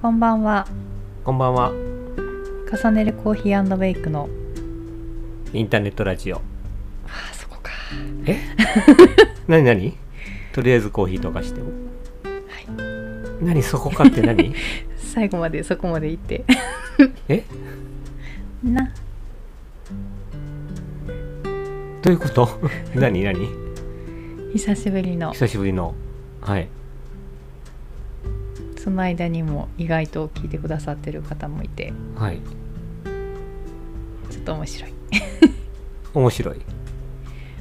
こんばんはこんばんは。重ねるコーヒーベイクのインターネットラジオ。あそこか えなになにとりあえずコーヒーとかしても。はい。なにそこかって何最後までそこまで行って え などういうこと なになに久しぶりの久しぶりの。はい。その間にも意外と聞いてくださってる方もいてはい。ちょっと面白い面白い。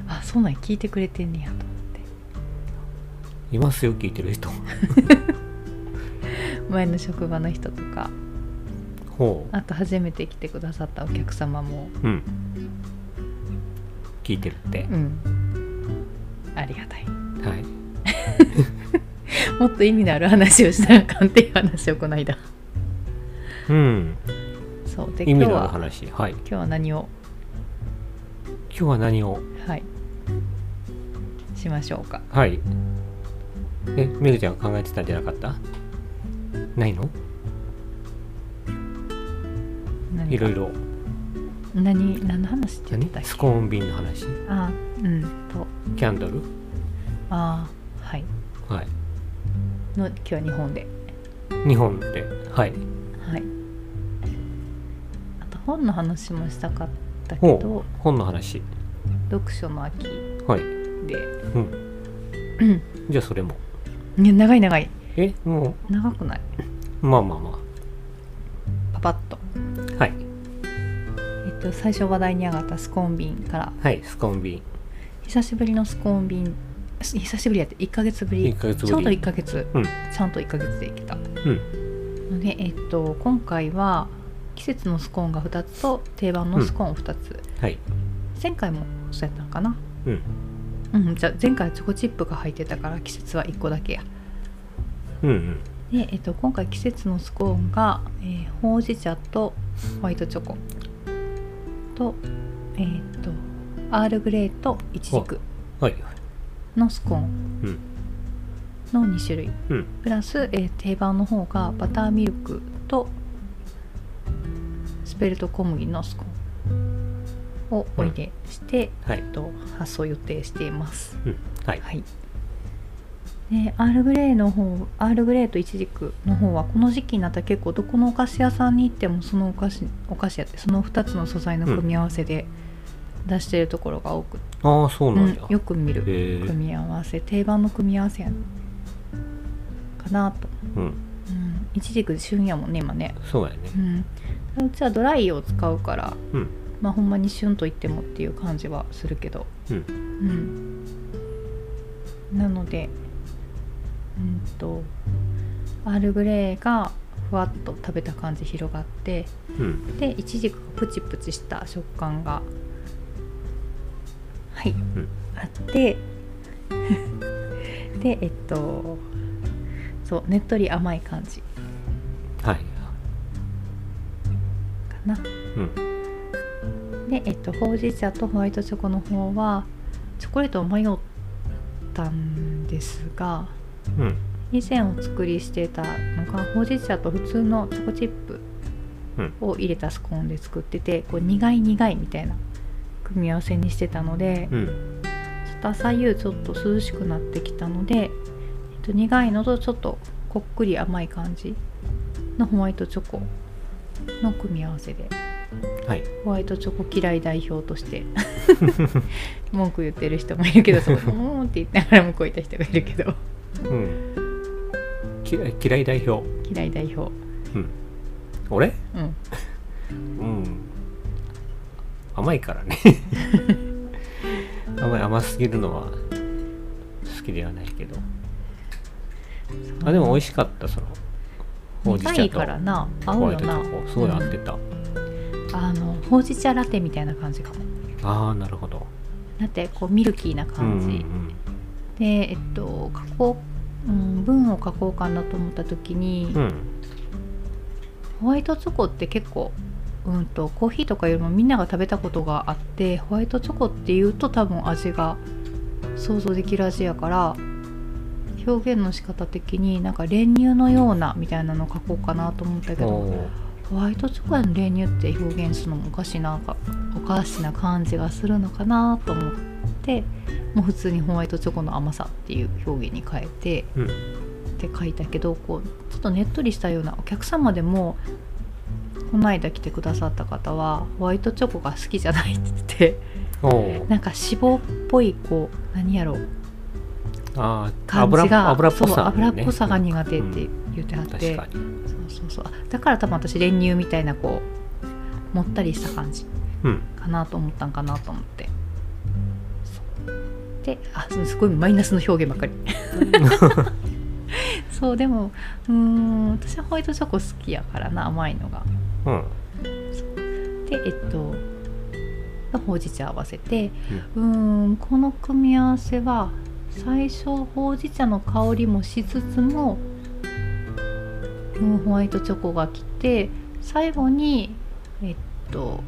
あそうなんや聞いてくれてんねやと思っいますよ、聞いてる人。て前の職場の人とかほあと初めて来てくださったお客様もう。うん。聞いてるって。うんありがたいはい。もっと意味のある話をしたらあかんっていう話をこの間うん。そうで意今味日のあるは話。はい。今日は何を今日は何をはいしましょうかはい。え、めぐちゃん考えてたんじゃなかったないの何かいろいろ。何何の話って言何ってたっけスコーン瓶の話あうんとキャンドルあはいはいの今日は日本で日本ではいはいあと本の話もしたかったけほどう本の話読書の秋はいでうんうんじゃあそれもいや長い長いえも長くないうまあまあまパパッとあはいえっと最初話題に上がったスコーン瓶からはいスコーン瓶久しぶりのスコーン瓶す久しぶりやって1ヶ月ぶり1ヶ月ぶりちょうど1ヶ月、うんちゃんと1ヶ月できたうんので、えっと、今回は季節のスコーンが2つと定番のスコーン2つ、はい前回もそうやったのかなうんうんじゃあ前回はチョコチップが入ってたから季節は1個だけやうんうんで、えっと、今回季節のスコーンが、えーほうじ茶とホワイトチョコとえーっとアールグレーとイチジクはいのスコーうんンの2種類うんプラス、えー定番の方がバターミルクとスペルト小麦のスコーンをお入れして、はいえっと発送予定しています。うんはいはい。で、アールグレイの方、アールグレイとイチジクの方はこの時期になったら結構どこのお菓子屋さんに行ってもそのお菓子お菓子やってその2つの素材の組み合わせで出してるところが多く、ああそうなんうだんよく見るへえ組み合わせ、定番の組み合わせやかなと。うんうん、イチジク旬やもんね今ね。そうやねうん。うちはドライを使うから、うんまあほんまに旬と言ってもっていう感じはするけど、うんうん、なのでうんとアールグレーがふわっと食べた感じ広がってうんでイチジクがプチプチした食感がはい、んあって でえっとそうねっとり甘い感じはいかなうんで、えっと、ほうじ茶とホワイトチョコの方はチョコレートを迷ったんですがうん以前お作りしてたのがほうじ茶と普通のチョコチップうんを入れたスコーンで作っててこう苦い苦いみたいな組み合わせにしてたのでうんちょっと朝夕ちょっと涼しくなってきたので、えっと、苦いのとちょっとこっくり甘い感じのホワイトチョコの組み合わせではいホワイトチョコ嫌い代表として 文句言ってる人もいるけどそこ「うーん」って言ってながら向こう行った人がいるけどうんき嫌い代表嫌い代表俺うんうん甘いからね 甘い甘すぎるのは好きではないけどあでも美味しかったそのほうじ苦茶いとからなホ合うワイよトチなョコすごい合ってた、うんあのほうじ茶ラテみたいな感じかもああなるほどだってこうミルキーな感じ、うんうんでえっと加工、うん、文を書こうかなと思った時に、うんうんホワイトチョコって結構うんとコーヒーとかよりもみんなが食べたことがあってホワイトチョコっていうと多分味が想像できる味やから表現の仕方的になんか練乳のようなみたいなの書こうかなと思ったけどおーホワイトチョコの練乳って表現するのもおかしなかおかしな感じがするのかなと思ってもう普通にホワイトチョコの甘さっていう表現に変えてうんって書いたけどこうちょっとねっとりしたようなお客様でもこの間来てくださった方はホワイトチョコが好きじゃないって言って おーなんか脂肪っぽいこう何やろうあー感油じが油っぽそうさあるよ油ね、っぽさが苦手って言ってはっうんて、確かにそうそうそうだから多分私練乳みたいなこうもったりした感じうんかなと思ったんかなと思ってそうであそうすごいマイナスの表現ばっかりそうでもうーん私はホワイトチョコ好きやからな甘いのがうんでえっとほうじ茶合わせてうーんこの組み合わせは最初ほうじ茶の香りもしつつも、うん、ホワイトチョコが来て最後にえっと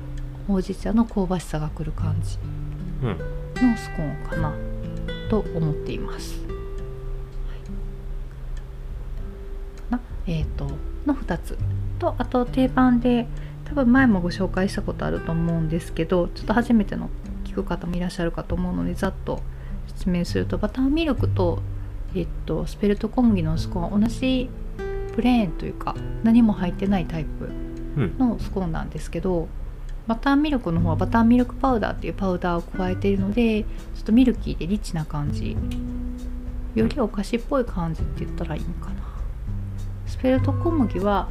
ほうじ茶の香ばしさが来る感じうんのスコーンかなと思っています。はいなえー、との2つとあと定番で多分前もご紹介したことあると思うんですけどちょっと初めての聞く方もいらっしゃるかと思うのでざっと説明するとバターミルクと,、えっとスペルト小麦のスコーン同じプレーンというか何も入ってないタイプうんのスコーンなんですけどバターミルクの方はバターミルクパウダーっていうパウダーを加えているのでちょっとミルキーでリッチな感じよりお菓子っぽい感じって言ったらいいのかなスペルト小麦は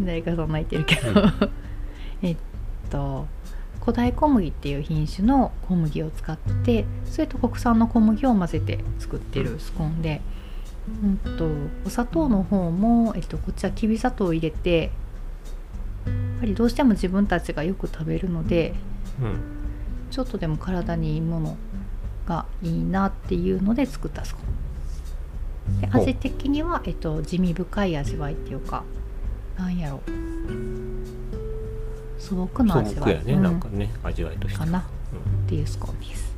誰かさん泣いてるけどえっと古代小麦っていう品種の小麦を使ってそれと国産の小麦を混ぜて作ってるスコーンで、うん、とお砂糖の方も、えっと、こっちはきび砂糖を入れてやっぱりどうしても自分たちがよく食べるのでうんちょっとでも体にいいものがいいなっていうので作ったスコーンでほう味的には、えっと、地味深い味わいっていうかなんやろ素朴な素味わ朴いやね、うんなんかね味わいとしてかなっていうスコーンです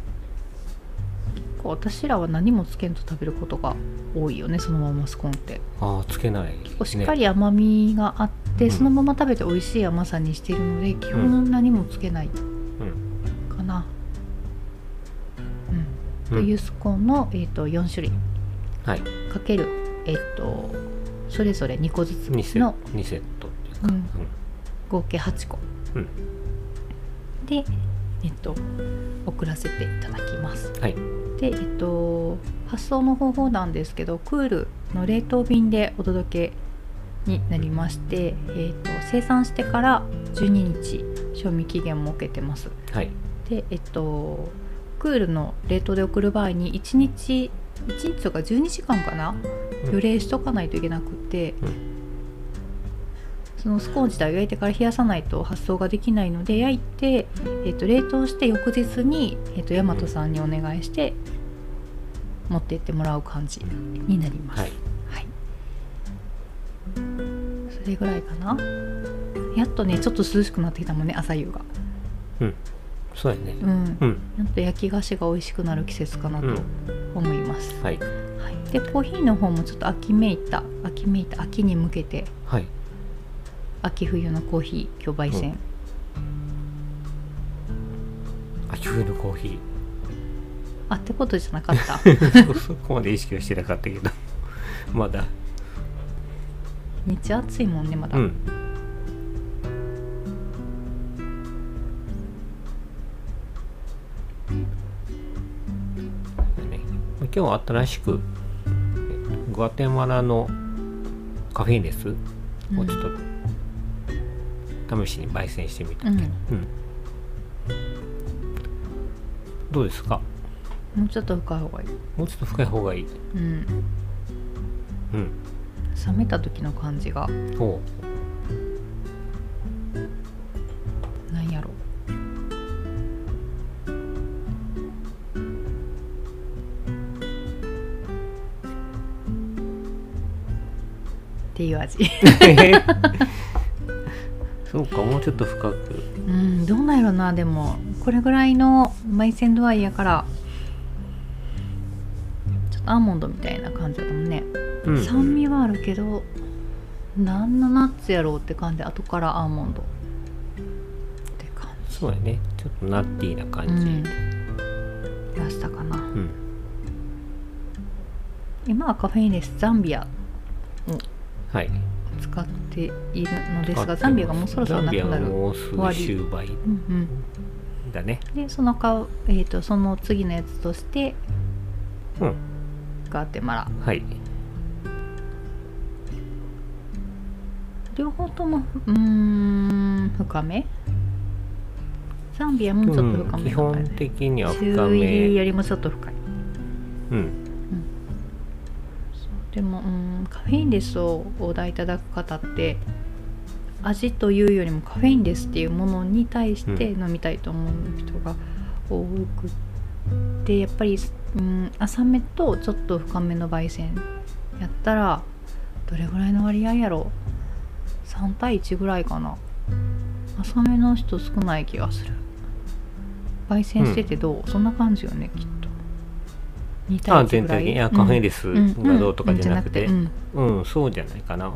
結構私らは何もつけんと食べることが多いよねそのままスコーンってああつけない、ね、結構しっかり甘みがあって、うんそのまま食べて美味しい甘さにしているので基本何もつけないうんかな、うんうといんうスコーンの、えー、と4種類はいかける、えー、とそれぞれ2個ず2つセッのト二セットっていうか、うん合計8個、うんで、えっと、送らせていただきます。はいで、えっと、発送の方法なんですけどクールの冷凍便でお届けになりまして、えっと、生産してから12日賞味期限を設けてます。はいでえっとクールの冷凍で送る場合に1日1日とか12時間かなうん予冷しとかないといけなくて、うそのスコーン自体を焼いてから冷やさないと発送ができないので焼いて、えっと、冷凍して翌日に、えっと、大和さんにお願いして持って行ってもらう感じになります。はいはい、それぐらいかなやっとねちょっと涼しくなってきたもんね朝夕が。そうやねうんうんなんと焼き菓子が美味しくなる季節かなとうん思います、はいはい、でコーヒーの方もちょっと秋めいた秋めいた秋に向けてはい秋冬のコーヒー今日焙煎、秋冬のコーヒあってことじゃなかった ーそ こまで意識はしてなかったけど まだ日中暑いもんねまだ、うんね今日新しくえっとグアテマラのカフェインレスうんをちょっと試しに焙煎してみた、うんうん、どうですかもうちょっと深い方がいい、もうちょっと深い方がいいうん、うん冷めた時の感じがおうなんやろっていう味 そうかもうちょっと深くうんどうなんやろなでもこれぐらいの焙煎度合いやからアーモンドみたいな感じだもんね、うん酸味はあるけど何のナッツやろうって感じ後からアーモンドって感そうやねちょっとナッティーなじ、う感ん、出したかなじうん、今はカフェインレスザンビアはい使っているので使すってがますザンビアがもうそろそろなくなザンビアはる、もうすぐ終売うんだねうん、でそのか、えー、とその次のやつとしてうんガーテマラはい両方ともうーん深めザンビアもちょっと深うんめだっ基たよ本ね的には中深入りよめりもちょっと深いうんでもうんカフェインレスをお題いただく方って味というよりもカフェインレスっていうものに対して飲みたいと思う人が多くてやっぱり、うん、浅めとちょっと深めの焙煎やったらどれぐらいの割合やろう3対1ぐらいかな浅めの人少ない気がする焙煎しててどう、そんな感じよねきっと2あ対1全ぐら体い的にいやうんカフェインレスがどうとかじゃなくてうんうんうんそうじゃないかなうん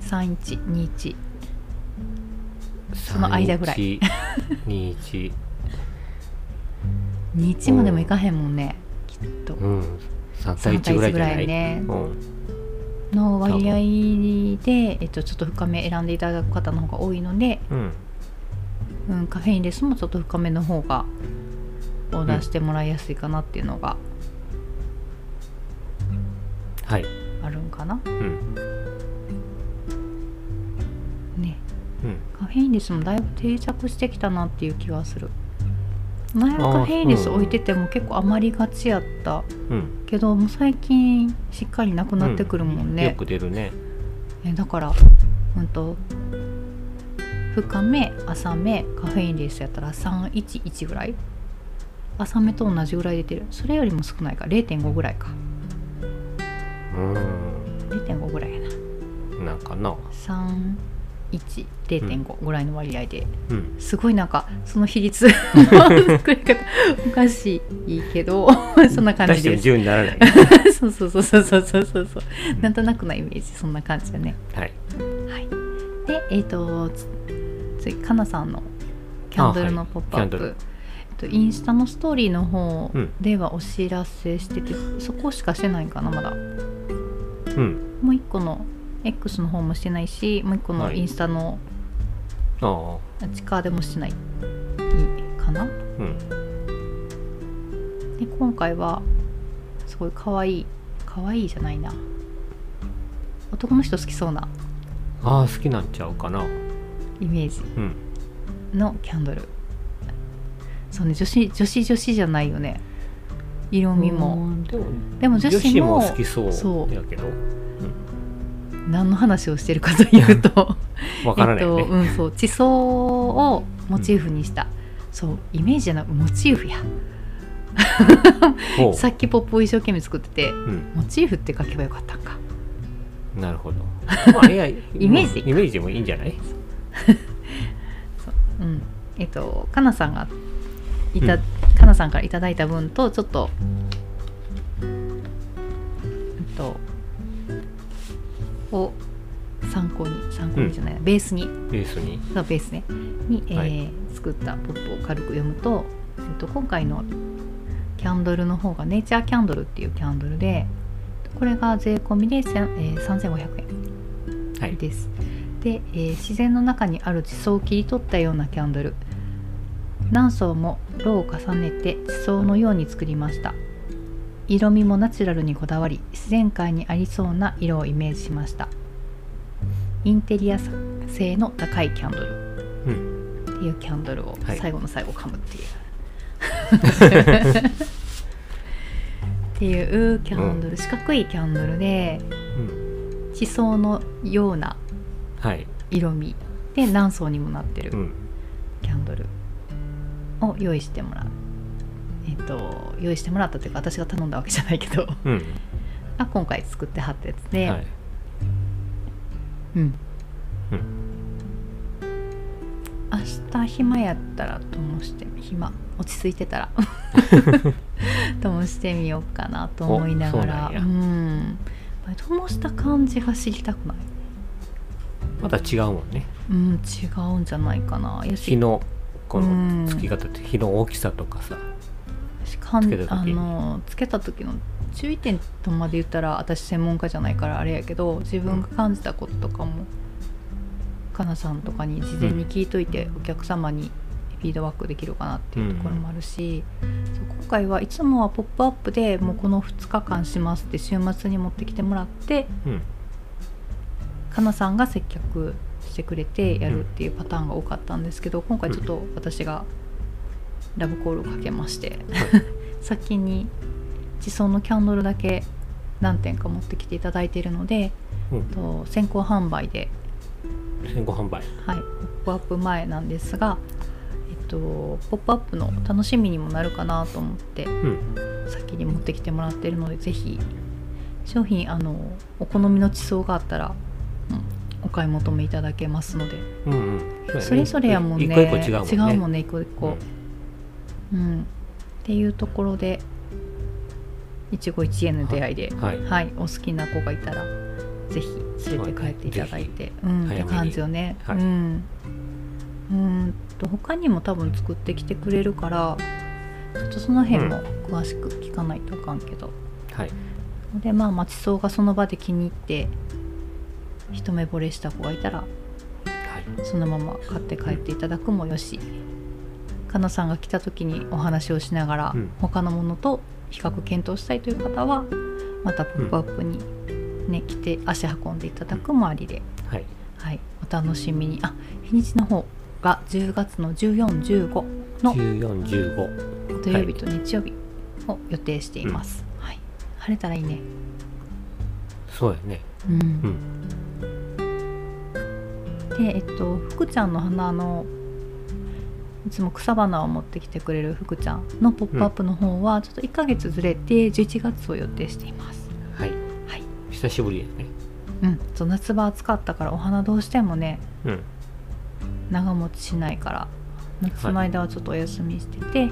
三一二一その間ぐらい21二一までもいかへんもんね、きっとうん3三対対1ぐ一らいぐじゃらないいねうんの割合で、えっと、ちょっと深め選んでいただく方の方が多いので、うんうん、カフェインレスもちょっと深めの方がを出してもらいやすいかなっていうのがはいあるんかな、うんねうんカフェインレスもだいぶ定着してきたなっていう気がする前あはーカフェインレスうん置いてても結構余りがちやったうんけどもう最近しっかりなくなってくるもんね、よく出るねえだからうんと深め浅めカフェインレースやったら311ぐらい浅めと同じぐらい出てるそれよりも少ないか0.5ぐらいかう0.5ぐらいやなんなんかな310.5ぐらいの割合で、うんすごいなんかその比率 の作り方おかしいけどそんな感出じしてもです10にならな いそうそうそうそうそうそうそうなんとなくなイメージそんな感じだねはいはい、で、えっとつ次かなさんのキャンドルのポップアップ、あはいキャンドルえっと、インスタのストーリーの方うんではお知らせしてて、そこしかしてないんかなまだもうんう一個の X の方もしてないしもう一個のはいインスタのあ地下でもしてないかなあうんで今回はすごい可愛い可愛いじゃないな男の人好きそうなああ好きなんちゃうかなイメージうんのキャンドルそうね女子女子女子じゃないよね色味もうんでもでも女女子子もも好きそそううやけど何の話をしてるかというとわからないよえっと、ねうん、そう地層をモチーフにした、そうイメージじゃなくモチーフやほさっきポップを一生懸命作っててううんモチーフって書けばよかったんかなるほど まあいやイメージイメージもいいんじゃないうんえっとかなさんがいた、うんかなさんからいただいた分とちょっとうんとを参考に参考にじゃないな、ベースにベースにそうベースねに、えーはい作ったポップを軽く読むと、えっと、今回のキャンドルの方がネイチャーキャンドルっていうキャンドルでこれが税込みで、1000えー、3500円はいです。で、えー自然の中にある地層を切り取ったようなキャンドル何層もロを重ねて地層のように作りました色味もナチュラルにこだわり自然界にありそうな色をイメージしましたインテリア性の高いキャンドルうんっていうキャンドルをはい最後の最後噛む っていう、っていうキャンドル、四角いキャンドルでうん地層のようなはい色味で何層にもなってうるんキャンドルを用意してもらう、えっと用意してもらったというか私が頼んだわけじゃないけ どうんあ今回作ってはったやつで、はいうんうん明日暇やったらともして暇落ち着いてた らともしてみようかなと思いながらうおそうなんんともした感じが知りたくないまた違うもんねうん違うんじゃないかなや日しのこうんのつき方って火の大きさとかさかんつけた時あのつけた時の注意点とまで言ったら私専門家じゃないからあれやけど自分が感じたこととかもかなさんとかに事前に聞いといて、お客様にフィードバックできるかなっていうところもあるし、そう今回はいつもは「ポップアップでもうこの2日間しますって週末に持ってきてもらってうんかなさんが接客してくれてやるっていうパターンが多かったんですけど今回ちょっと私がラブコールをかけまして、 先に地層のキャンドルだけ何点か持ってきていただいているのでうんと先行販売で、先行販売はい「ポップアップ前なんですが、えっと「ポップアップの楽しみにもなるかなと思ってうん先に持ってきてもらってるのでぜひ商品あのお好みの地層があったら、うんお買い求めいただけますのでうんうんうやねそれぞれやもんね一個一個違うもんね違うもんね一個一個、うんっていうところで一期一会の出会いで、はいはいお好きな子がいたらぜひ連れて帰っていただいて、うん、っ早めてに感じよね、はいうんうーんと他にも多分作ってきてくれるからちょっとその辺も詳しく聞かないとあかんけど、はいでまあ町層がその場で気に入って一目惚れした子がいたらはいそのまま買って帰っていただくもよしかなさんが来た時にお話をしながら、うん他のものと比較検討したいという方はまた「ポップアップに、ね来て足運んでいただくもありで、はいはい、お楽しみにあ日にちの方が10月の1415の1415土曜日と日曜日を予定しています、はい晴れたらいいねそうやねうんうんでえっと福ちゃんの花のいつも草花を持ってきてくれる福ちゃんの「ポップアップの方はちょっと1ヶ月ずれて11月を予定していますはいはい、久しぶりやねうん、そう夏場暑かったからお花どうしてもねうん長持ちしないから夏の間はちょっとお休みしてて、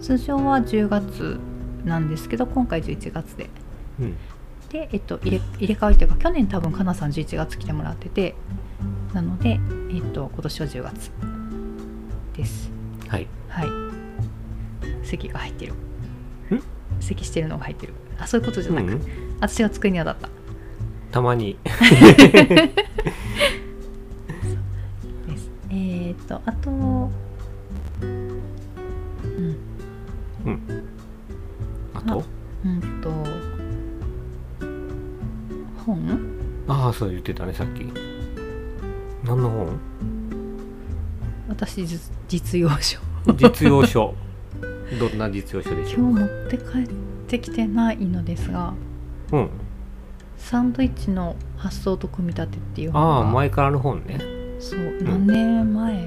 通常は10月なんですけど今回11月でうんで、えっと、入れ入れ替わりというか去年多分かなさん11月来てもらっててなので、えっと、今年は10月ですはいはい席が入ってる席してるのが入ってるあそういうことじゃうなく、ん私が机に当たったたまにですえーっとあとうんうんあとうんと本ああそう言ってたねさっき何の本私実実用書実用 書どんな実用書でしょ今日持って帰ってきてないのですがう、うん、サンドイッチの発想と組み立てっていうああ本が前からの本ねそう何ん年前、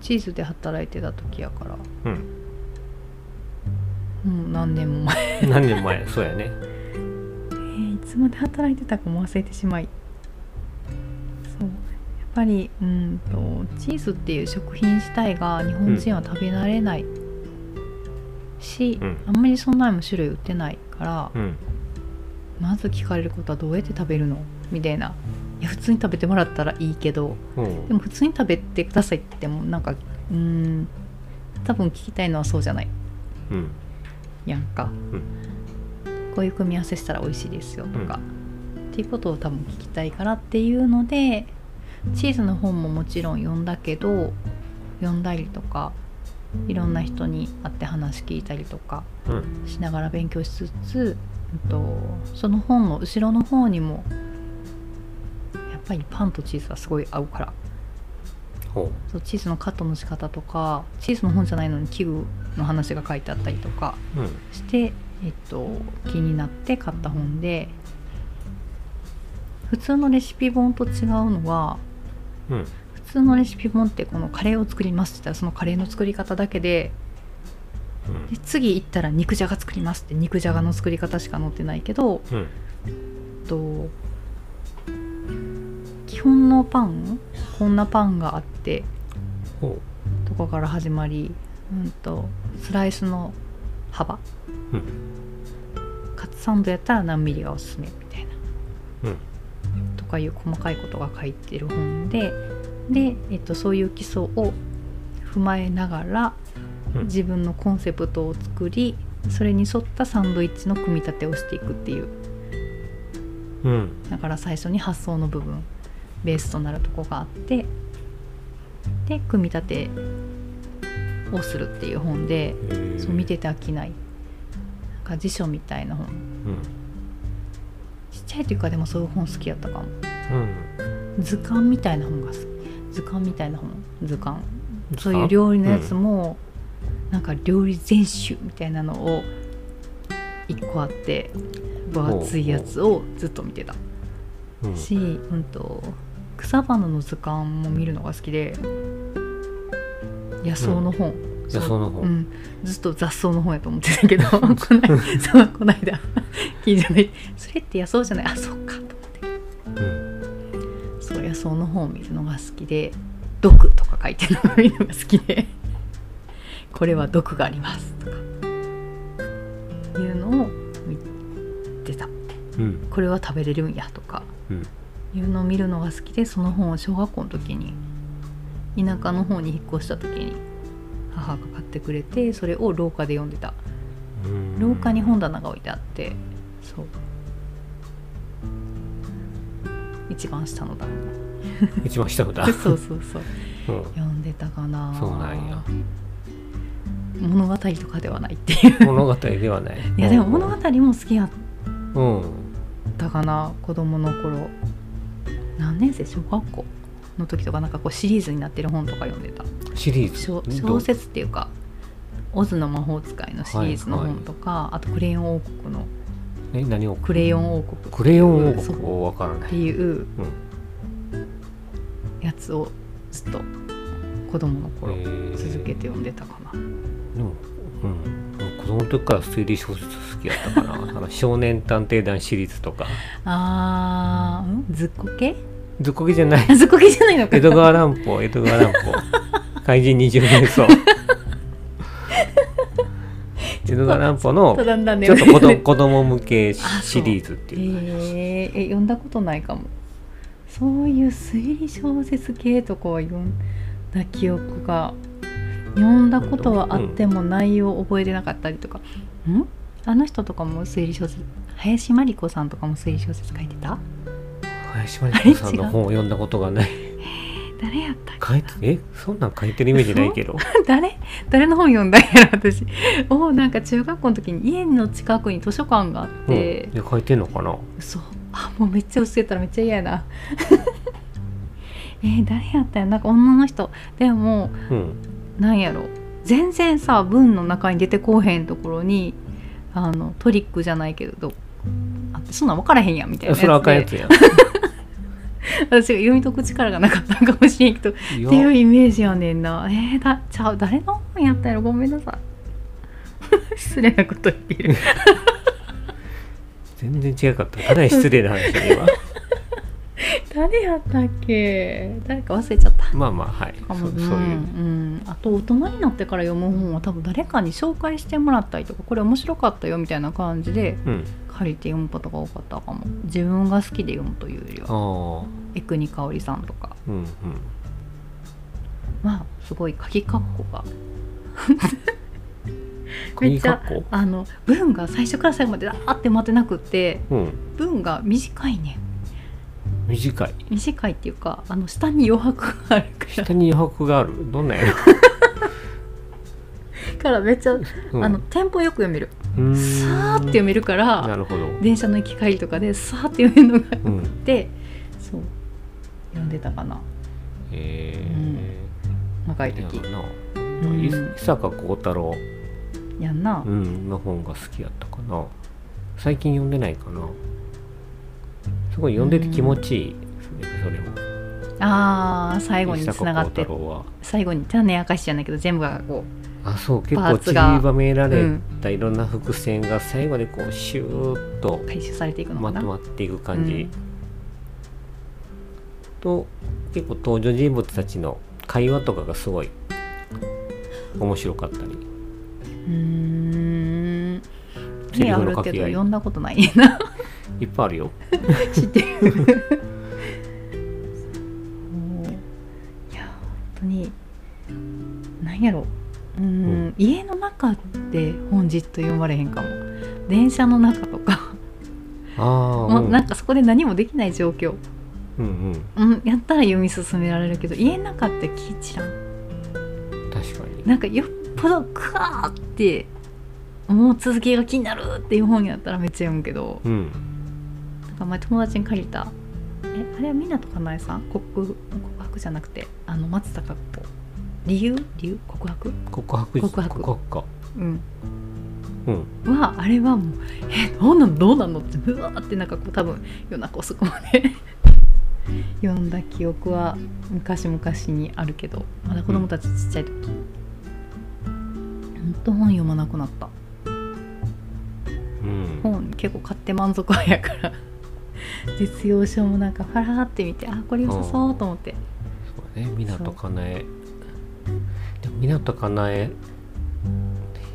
チーズで働いてた時やからうんもう何年も前何年前そうやねえーいつまで働いてたかも忘れてしまいそうやっぱりうんとチーズっていう食品自体が日本人は食べ慣れないし、うんあんまりそんなにも種類売ってないから、うんまず聞かれることはどうやって食べるのみたいないや普通に食べてもらったらいいけどうんでも普通に食べてくださいって言ってもなんかうーん多分聞きたいのはそうじゃないうんやんか、うんこういう組み合わせしたら美味しいですよとか、っていうことを多分聞きたいからっていうのでチーズの本ももちろん読んだけど読んだりとかいろんな人に会って話聞いたりとかうんしながら勉強しつつ、うんと、その本の後ろの方にもやっぱりパンとチーズはすごい合うからほそうチーズのカットの仕方とかチーズの本じゃないのに器具の話が書いてあったりとかううんして、えっと、気になって買った本で普通のレシピ本と違うのはうん普通のレシピ本ってこのカレーを作りますって言ったらそのカレーの作り方だけでで次行ったら肉じゃが作りますって肉じゃがの作り方しか載ってないけど、うんうんえっと基本のパンこんなパンがあってほとかから始まり、うん、とスライスの幅ううんカツサンドやったら何ミリがおすすめみたいなうんとかいう細かいことが書いてる本でで、えっと、そういう基礎を踏まえながらうん自分のコンセプトを作りそれに沿ったサンドイッチの組み立てをしていくっていううんだから最初に発想の部分ベースとなるとこがあってで組み立てをするっていう本で、えーそう見てて飽きないなんか辞書みたいな本うんちっちゃい時からでもそういう本好きやったかもうん図鑑みたいな本が好き図鑑みたいな本図鑑図鑑そういう料理のやつも、なんか料理全集みたいなのを1個あって分厚いやつをずっと見てたうんし、うん、と草花の図鑑も見るのが好きで野草の本、野草の本うん、ずっと雑草の本やと思ってたけど こない そうこないだ聞いてないそれって野草じゃないあそっかと思ってうんそう野草の本を見るのが好きで「毒」とか書いてるのを見るのが好きで「これは毒があります」とかいうのを見てたうんこれは食べれるんやとかうんいうのを見るのが好きでその本を小学校の時に田舎の方に引っ越した時に母が買ってくれてそれを廊下で読んでたうん廊下に本棚が置いてあってそう一番下の 段一番下のだそうそうそううん読んでたかなそうなんや物語とかではないっていう物語ではないいやでも物語も好きやっうんったかな子供の頃何年生小学校の時とかなんかこうシリーズになってる本とか読んでたシリ小ーズ小説っていうか「オズの魔法使い」のシリーズの本とか、あと「クレヨン王国」のえ何を「クレヨン王国」クレヨン王そ国うをわからなっいていううんやつをずっと子供の頃へー続けて読んでたかな、でもうんでも子供の時から推理小説好きだったかなあの少年探偵団シリーズとかあーんずっこけ ずっこけじゃないずっこけじゃないのか江 戸川乱歩江戸川乱歩怪人二十面相江戸川乱歩のだんだんねちょっと子 供子供向けあそうシリーズっていうのがありますえーえ読んだことないかもそういう推理小説系とかは読んだ記憶が読んだことはあっても内容を覚えてなかったりとか、んあの人とかも推理小説林真理子さんとかも推理小説書いてた林真理子さんの本を読んだことがない誰やったっ書いてえそんなん書いてるイメージないけどけ 誰誰の本読んだんやろ私 おなんか中学校の時に家の近くに図書館があっうんてえ、書いてんのかな嘘あもうめっちゃ教えたらめっちゃ嫌やな えー誰やったよなんか女の人でもうんなんやろ全然さ文の中に出てこうへんところにあのトリックじゃないけどあってそんなん分からへんやんみたいなやつそれあかんやでつ やん私が読み解く力がなかったんかもしれんけどっいやていうイメージやねんなえー、だちゃう誰の本やったやろごめんなさい 失礼なこと言って る全然違かったかなり失礼な話 だ今誰やったっけ誰か忘れちゃったまあまあはいかそもそううんいううん、あと大人になってから読む本は多分誰かに紹介してもらったりとかこれ面白かったよみたいな感じでうん借りて読むことが多かったかも自分が好きで読むというよりあはあ江国香織さんとかうんうんまあすごい鍵括弧 がめ国っちゃ格好あの文が最初から最後まであって待てなくってうん文が短いね短い短いっていうかあの下に余白があるか下に余白があるどんなやらからめっちゃ、ろ、うん、あのテンポよく読めるうーんさーって読めるからなるほど電車の行き帰りとかでさーって読めるのがうんでそう読んでたかなえ若ー、い時やなうん伊坂幸太郎、やんな、うん、の本が好きやったかな最近読んでないかなすごい読んでて気持ちいいですね、それもあー最後につながっ伊て坂幸太郎は最後に種明かしじゃないけど全部がこあそう結パー構ツちりがばめられたいろんな伏線が最後でこうシューッとう回収されていくのかまな、とまっていく感じ、と結構登場人物たちの会話とかがすごい面白かったりうーんセリ目あフのる掛けけど合い読んだことないないっぱいあるよ知ってるもう いや本当に何やろうーん、う家の中って本じっと読まれへんかも電車の中とか、ああもうなんかそこで何もできない状況、うんうん、やったら読み進められるけど家の中って聞いちらんうん確かになんかよっぽどクワーってもう続きが気になるっていう本やったらめっちゃ読むけどうんなんか前友達に借りたえあれは湊かなえさん告告白じゃなくてあの松たか子理由理由告白告白告白かうんうんはあれはもうえどうなのどうなのってうわーってなんかこう多分夜中遅くまで 読んだ記憶は昔々にあるけどまだ子供たちちっちゃい時、ほんと本読まなくなったうん本結構買って満足やから実用書もなんかファラーって見てあこれ良さそうと思ってそうね湊かなえでも湊かなえ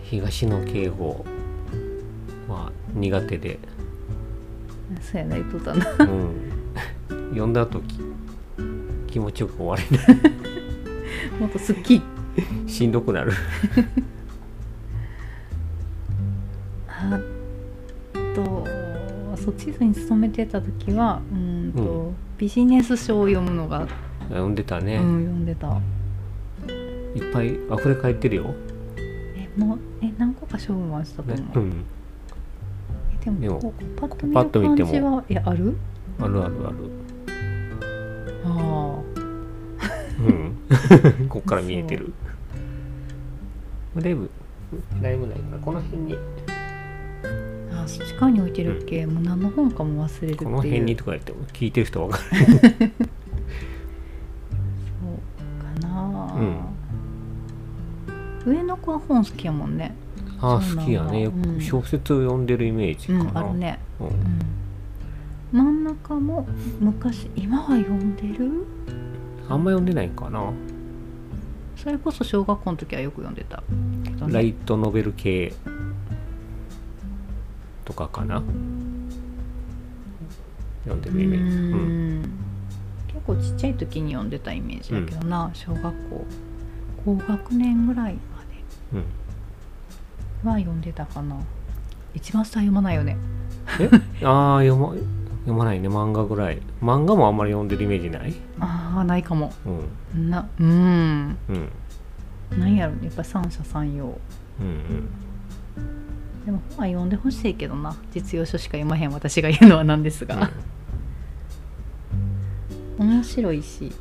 東野圭吾は苦 手で、そうやな言っとったなうん、 読んだ時気持ちよく終われなもっとすっきりいしんどくなるあとそう地図に勤めてた時はうーんと、うビジネス書を読むのが、読んでたうん、ね、読んでたいっぱい溢れ返ってるよ、えもうえ何個か処分はしたとね思うう、ん、えでもでもこうパッとパッと見見てるも感じはいやあるあるあるあるあうん、 こっから見えてる。だいぶ、だいぶないかな。この辺に、ーあそっち側に置いてるっけ、もう何の本かも忘れるっていうこの辺にとか言っても聞いてる人 わかる。そうかな、上の子は本好きやもんねああ、そうなんだ好きやね。ようんく小説を読んでるイメージうかな。んあるね、うん。うん、真ん中も昔今は読んでるあんま読んでないんかな。それこそ小学校の時はよく読んでたけどねライトノベル系とかかな。読んでうるイメージ。ーうんん。結構ちっちゃい時に読んでたイメージだけどな、小学校高学年ぐらいまでうん、は読んでたかな一番下は読まないよねえ ああ、読ま、読まないね。漫画ぐらい。漫画もあんまり読んでるイメージないああないかもうん。なうーんうん。なんやろねやっぱ三者三様うんうん。でも本は読んでほしいけどな実用書しか読まへん私が言うのはなんですうが、面白いし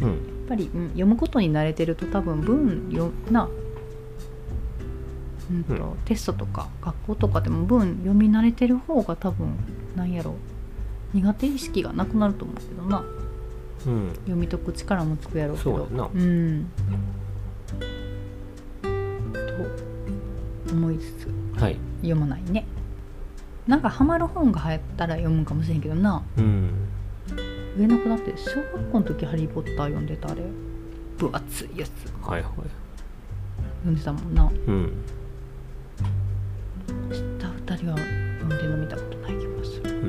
やんうん。っぱり、うん、読むことに慣れてると多分文よな、うんとうテストとか学校とかでも文読み慣れてる方が多分なんやろ苦手意識がなくなると思うけどなうん、読み解く力もつくやろうけそうどやな。うんと思いつつはい。読まないねなんかハマる本が流行ったら読むんかもしれんけどなうん。上の子だって小学校の時「ハリー・ポッター」読んでたあれ分厚いやつはいはい。読んでたもんなうん。知った二人は読んでるの見たことない気がする、うん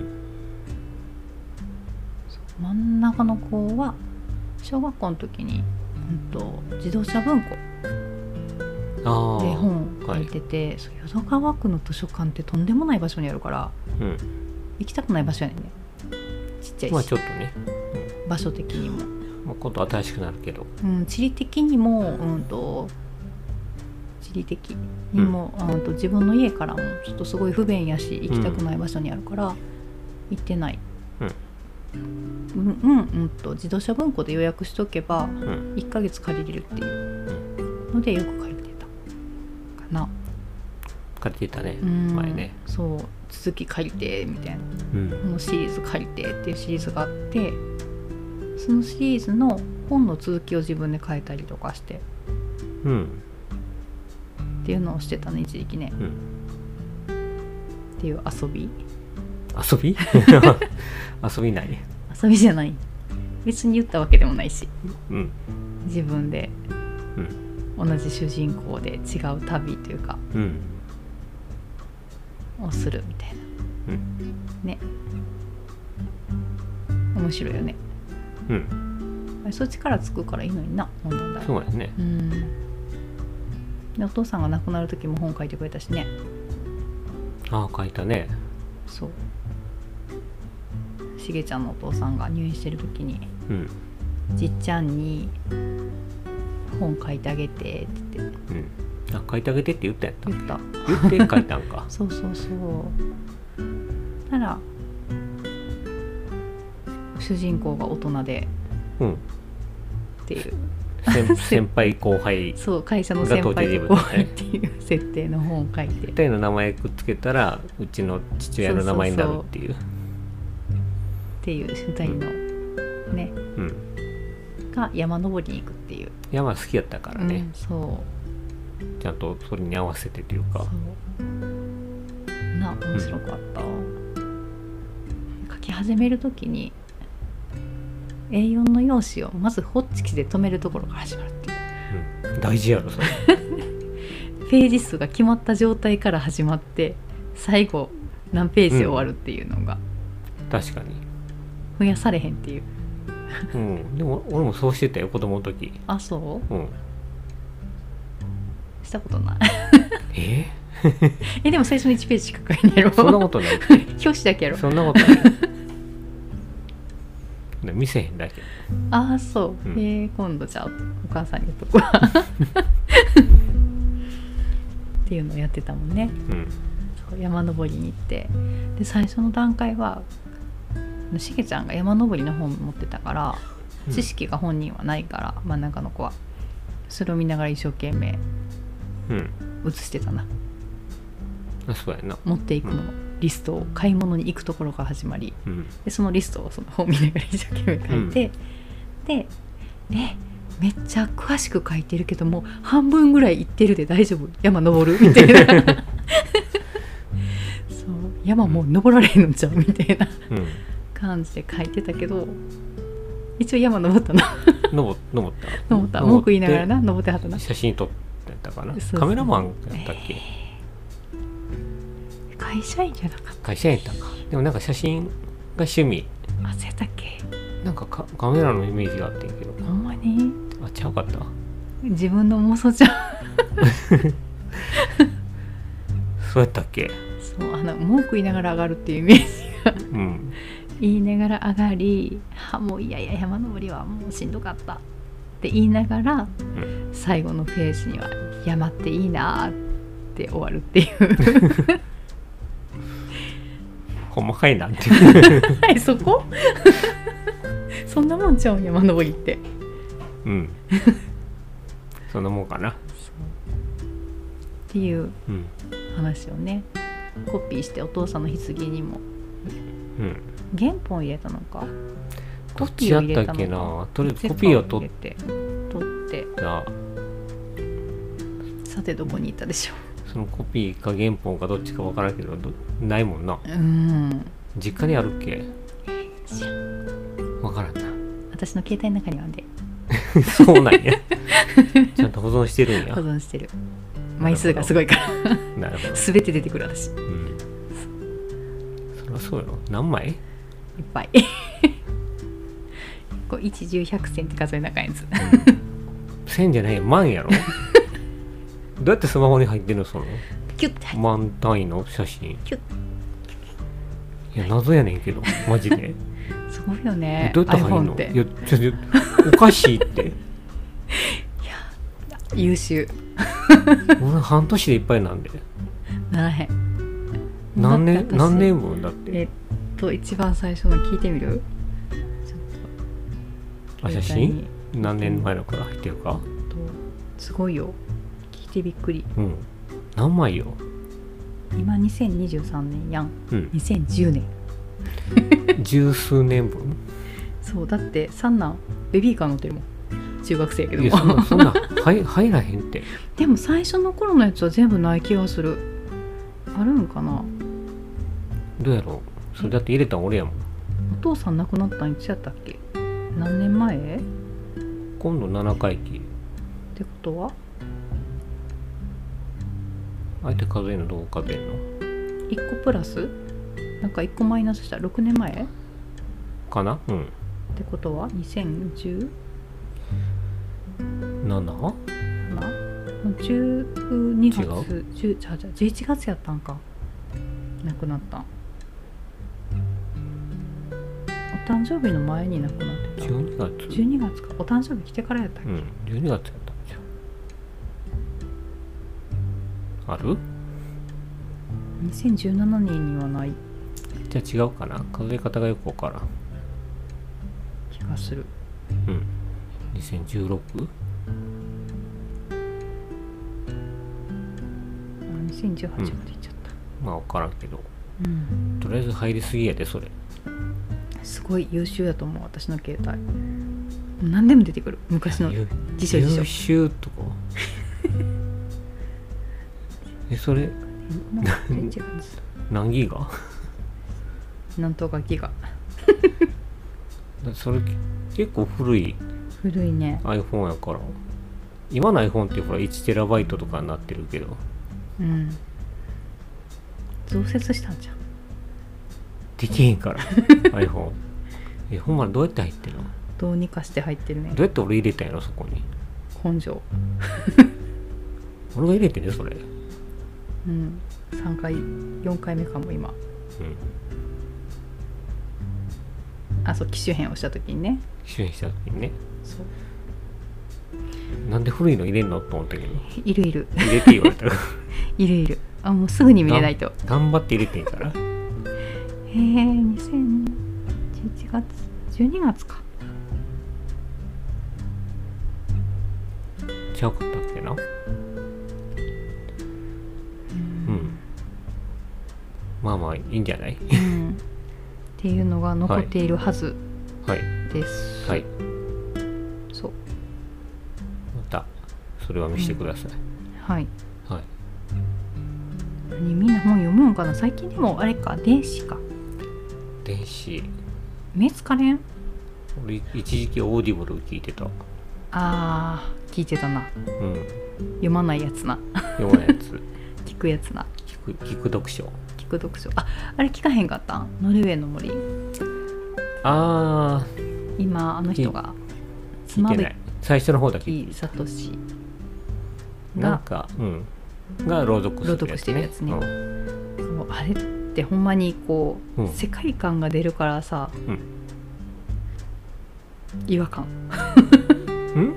そう真ん中の子は小学校の時に、うん、と自動車文庫ああ。で本を書いてて、そう淀川区の図書館ってとんでもない場所にあるからうん。行きたくない場所やねんねちっちゃいし、まあちょっとね、場所的にも。まあ、今度新しくなるけど。うん、地理的にも、うん、と地理的にも、うん、と自分の家からもちょっとすごい不便やし行きたくない場所にあるから、行ってない、うんうんうんと自動車文庫で予約しとけばうん。 1ヶ月借りれるっていうのでよく借りてたかな、借りてたね。うん、前ね。そう続き借りてみたいなうん。このシリーズ借りてっていうシリーズがあってそのシリーズの本の続きを自分で書いたりとかしてうん。っていうのをしてたね一時期ねうん。っていう遊び 遊び遊びない。遊びじゃない別に言ったわけでもないしうん自分で同じ主人公で違う旅というかうんをするみたいなうんね面白いよねうんあれそっちからつくからいいのにな本なんだそうですねうんでお父さんが亡くなる時も本書いてくれたしねああ書いたねそうしげちゃんのお父さんが入院してる時にうんじっちゃんに本書いてあげてって言ってうんあ書いてあげてって言ったやった言った言って書いたん かそうそうそうたら主人公が大人でうんっていう 先先輩後輩そう会社の先輩と後輩っていう設定の本を書いて二人の名前くっつけたらうちの父親の名前になるっていうっていう主体のねうんが山登りに行くっていう、山好きやったからうねん、そうちゃんとそれに合わせてというそかうな面白かった、書き始める時に A4 の用紙をまずホッチキスで止めるところから始まるっていううん大事やろそれページ数が決まった状態から始まって最後何ページで終わるっていうのが確かに増やされへんっていう、うんでも俺もそうしてたよ子供の時あそうんうしたことない ええでも最初の1ページしか書いてないやろそんなこ とない表紙だけやろそんなことない見せへんだけああそう、うんえー今度じゃあお母さんに言っとこう っていうのをやってたもんねうんそう山登りに行ってで最初の段階はしげちゃんが山登りの本持ってたからうん知識が本人はないから、真ん中の子はそれを見ながら一生懸命うん写してたなあそうやな持っていくのをリストを買い物に行くところから始まりうんでそのリストをその本見ながら一生懸命書いて、で「えめっちゃ詳しく書いてるけどもう半分ぐらい行ってるで大丈夫山登る?」みたいなそう山もう登られへんのちゃうみたいなうん感じで書いてたけど一応山登ったな登登った 登った文句言いながらな登ってはったなで写真撮ってたかなそうそうカメラマンやったっけ、会社員じゃなかっ会社員やったかでもなんか写真が趣味た忘れたっけなんかかカメラのイメージがあってんけどほんまにあちゃうかった自分の妄想じゃんそうやったっけそうあの文句言いながら上がるっていうイメージうん言いながら上がり「あもういやいや山登りはもうしんどかった」って言いながら、ん最後のページには「山っていいな」って終わるって いうほんまかいなっていうはいそこ そんなもんちゃうん山登りってうんそんなもんかなっていううん話をねコピーしてお父さんの棺にもうん原本を入れたのかどコっちピーやをっ入たれったのけかなとりあえずコピーをゼッパ取っ入れて取ってたさてどこに行ったでしょそのコピーか原本かどっちかわからんけどどないもんなううん実家にあるっけ知らんわからんな 私の携帯の中にはあんでそうなんやちゃんと保存してるんや保存してる枚数がすごいからなるほど全て出てくる私いっうんそりゃそうよ何枚ぱい こう1 1 0 100 1って数えなあかんやつ千じゃないよ万 やろどうやってスマホに入ってるのそのキュッて入っ万単位の写真いキュッや謎やねんけどマジ でてすごいよねどうやって入る iPhone っのていやちょちょおかしいって優秀俺半年でいっぱいなんでならへん何年だって私何年分だっえってと一番最初の聞いてみるちょっとあ写携帯真に何年前のから入ってるかとすごいよ聞いてびっくりうん何枚よ今2023年やん うん2010年十数年分そうだって三男ベビーカー乗ってるもん中学生やけどいやそんなもそんな入入らへんって でも最初の頃のやつは全部ない気がするあるんかなどうやろうそれだって入れたん俺やもんお父さん亡くなったんいつやったっけ何年前って今度7回忌ことはあえて数えるのどう数えるの1個プラスなんか1個マイナスした6年前っかなうんてことは 2010? 7? な12違う月10ちゃうちゃう11月やったんか亡くなったんお誕生日の前に亡くなってた12月12月かお誕生日来てからやったっうけ、ん12月やったんじゃんある2017年にはないじゃあ違うかな数え方がよくわからん気がするうん。2016? あ2018まで行っちゃっまあわからんけど。た、うんとりあえず入りすぎやで、それ。すごい優秀やと思う私の携帯何でも出てくる昔の優辞書辞書優秀 とか。え、それ、なんか11月何ギガなんとかギガそれ、結構古い古いね iPhone やから。今の iPhone ってほら 1TB とかになってるけど、うん増設したんじゃんできへんから、iPhone。え、ほんまにどうやって入ってるのどうにかして入ってるねどうやって俺入れたんやろ、そこに。根性俺が入れてね、それ。うん3回4回目かも今うん。あそう機種変をした時にね出演した時にね。そうなんで古いの入れんのと思ったけど。いるいる入れて言われたら いるいるあもうすぐに見れない と頑張って入れてんからへえ2011月12月 かちゃうかったっけなうんまあまあいいんじ ゃないうんっていうのが残っているはずはいです、はいそうまたそれは見せてください、はいはい何みんな本読むんかな最近でもあれか電子か電子目つかれん俺一時期オーディブル聞いてたあー聞いてたなうん読まないやつな読まないやつ聞くやつな聞く聞く読書聞く読書ああれ聞かへんかったんノルウェーの森あー今あの人が聞い妻て夫ない最初の方だけ木聡なんがかうんが朗読するやつ、ね、朗読してるやつねうんそうあれってほんまにこう、うん世界観が出るからさ、うん違和感 うん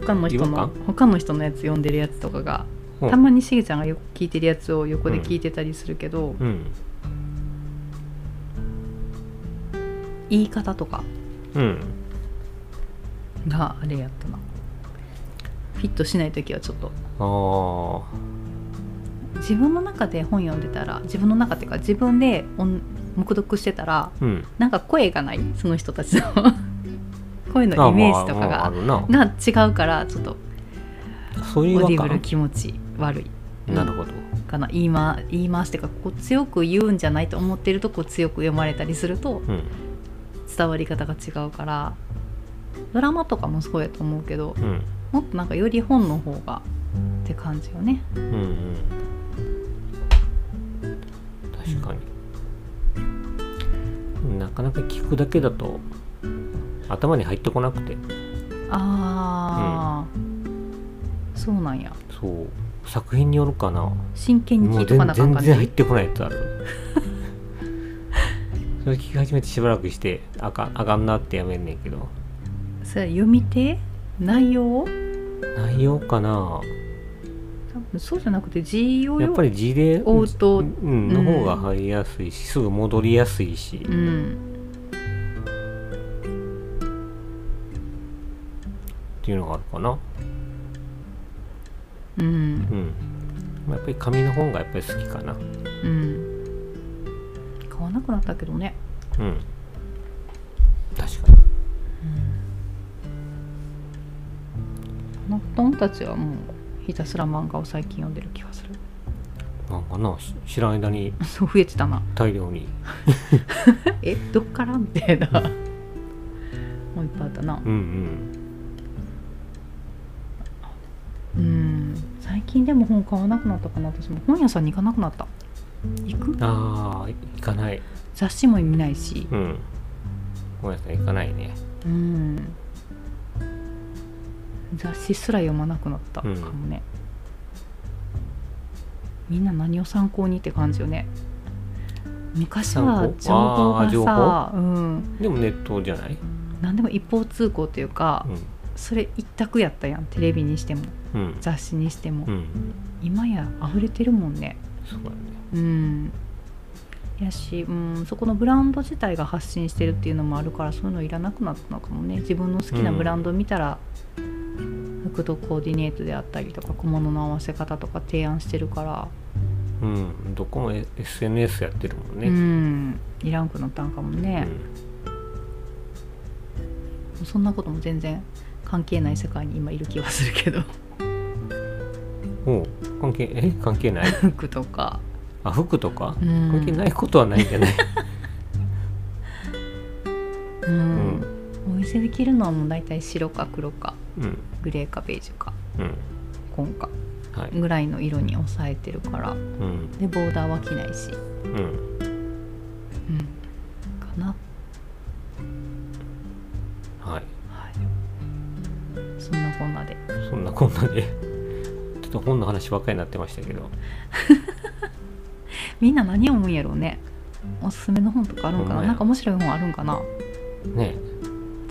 他の人違和の感他の人のやつ読んでるやつとかが、うんたまにしげちゃんがよく聞いてるやつを横で聞いてたりするけど、うん言い方とかうんがあれやったなフィットしない時はちょっとああ自分の中で本読んでたら自分の中っていうか自分で音黙読してたらうんなんか声がないその人たちの 声のイメージとかあがまあまああるが違うからちょっとなそうオいうーわデけィブル気持ち悪いなるほど、かな言い,、ま、言い回しっていうかこう強く言うんじゃないと思ってるとこう強く読まれたりするとうん伝わり方が違うからドラマとかもそうやと思うけどうんもっとなんかより本の方がって感じよね。うんうん確かになかなか聞くだけだと頭に入ってこなくてああ、そうなんやそう作品によるかな真剣にも聞ういとか全なあかん全感然入っじ。てこないやつある それ聞き始めてしばらくしてあかあかんなってやめんねんけどそれ読み手内容内容かな多分そうじゃなくて G をやっぱより事例追うとうん、の方が入りやすいし、すぐ戻りやすいし、うんっていうのがあるかな。ううんん。まあやっぱり紙の本がやっぱり好きかな。うん買わなくなったけどねうん。確かに。子供たちはもうひたすら漫画を最近読んでる気がする なんかな、し知らん間にそう増えてたな大量に。えどっからみたいなぱいあったなうんううんん最近でも本買わなくなったかな私も本屋さんに行かなくなった行くああ行かない雑誌も見ないしうん本屋さん行かないねうん雑誌すら読まなくなったかもね、みんな何を参考にって感じよね昔は情参考報あがー情さ報うん、でもネットじゃない何でも一方通行というか、それ一択やったやんテレビにしてもうんうん雑誌にしても、うん今や溢れてるもんねそうだねうんやし、うん、そこのブランド自体が発信してるっていうのもあるからそういうのいらなくなったのかもね自分の好きなブランド見たら、服とコーディネートであったりとか小物の合わせ方とか提案してるから、うんどこも S- SNS やってるもんうねんいらんくなったんかもね、そんなことも全然関係ない世界に今いる気はする けどうんおう関係え関 係ない服とか、あ服とかうん、関係ないことはないんじゃ ないうんうお店で着るのはもう大体白か黒かうんグレーかベージュかうん紺かはいぐらいの色に抑えてるからうんでボーダーは着ないし、ううんん、かな、はいはい、そんなこんなでそんなこんなでちょっと本の話ばっかりになってましたけどみんな何思うんやろうねおすすめの本とかあるんかほんまなやなんか面白い本あるんかなね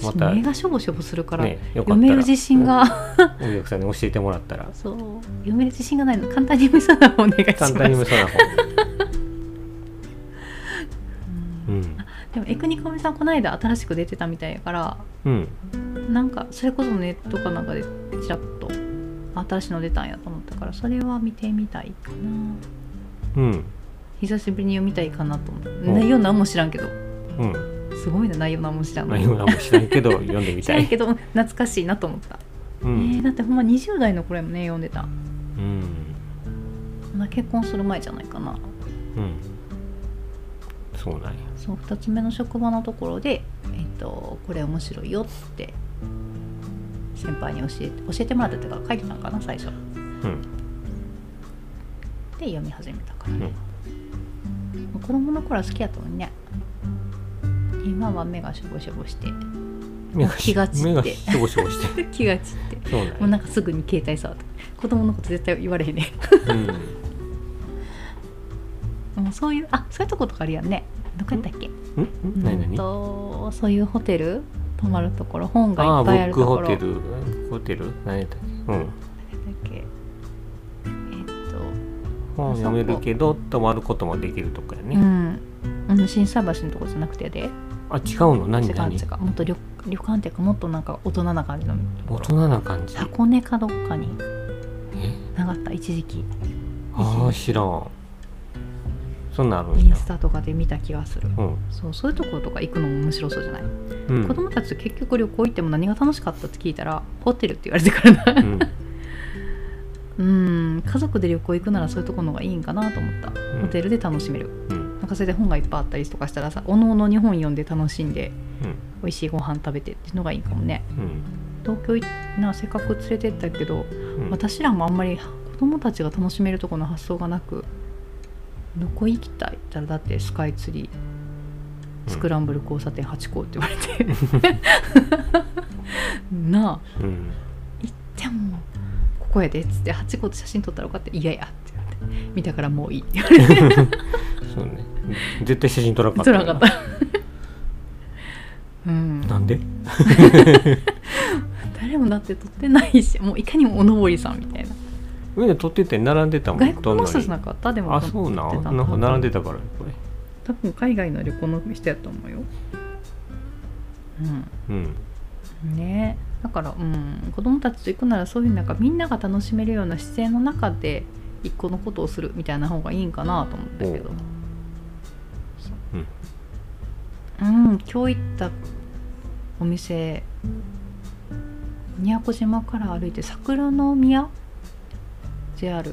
ま私た目がしょぼしょぼするから、ねよ読かっためるら自信がお客さんに教えてもらったらそう読める自信がないので簡単に無さなお願いします簡単に無う双な本うんんでもエクニカミさんこの間新しく出てたみたいやからうんなんかそれこそネットかなんかでちらっと新しいの出たんやと思ったからそれは見てみたいかなうん久しぶりに読みたいかなと思ってん内容何も知らんけどうんすごいな内容何も知らんの内容はもうしないけど読んでみ知たらんいけど懐かしいなと思った、うえーんだってほんま20代の頃やもんね読んでたうんまあ結婚する前じゃないかなうんそうなんやそう2つ目の職場のところで、えっとこれ面白いよって先輩に教えて教えてもらったっていうか書いてたんかな最初うんで読み始めたかうら、ん子供の頃は好きやったのにね今は目がしょぼしょぼして目が気が散って目がしょぼしょぼして気が散ってそうもうなんやなんかすぐに携帯触って子供のこと絶対言われへんね もうそういうあそういうとことかあるやんねどこやったっけうんうん何うん何とそういうホテル泊まるところ本があいあっブぱいあッるクとこホろテルホテル何やったっけうん何やったっけえっと本を読めるけど泊まることもできるとかやね、うんうん心斎橋のとこじゃなくてやであ違うの何違う何違うもっと旅旅館っていうかもっとなんか大人な感じの大人な感じ箱根かどっかにえなかった一時期ああ知らんそんなんあるイんンやスタとかで見た気がするうんそうそういうところとか行くのも面白そうじゃない、うん子供たちと結局旅行行っても何が楽しかったって聞いたらホテルって言われてからうなんうん家族で旅行行くならそういうところの方がいいんかなと思った、んホテルで楽しめるうんなんかそれで本がいっぱいあったりとかしたらさおのおの日本読んで楽しんでうん美味しいご飯食べてっていうのがいいかもねうん東京いなせっかく連れてったけどうん私らもあんまり子供たちが楽しめるところの発想がなくどこ行きたいって言ったらだってスカイツリースクランブル交差点八甲って言われて なあうん行ってもここやでっつって八甲で写真撮ったらよかっていやいやって言って見たからもういいって言われてそうね絶対写真撮らなかった撮よらななかった うんなんで誰もだって撮ってないしもういかにもおのぼりさんみたいなみんな撮ってて並んでたもん外国の人隣じゃなかったでもあそうな撮ってたんなんか並んでたからこれ多分海外の旅行の人やと思うようんうんねだからうん子供たちと行くならそういうなんかみんなが楽しめるような姿勢の中で一個のことをするみたいな方がいいんかなと思ったけどおううんうん、今日行ったお店宮古島から歩いて桜の宮 JR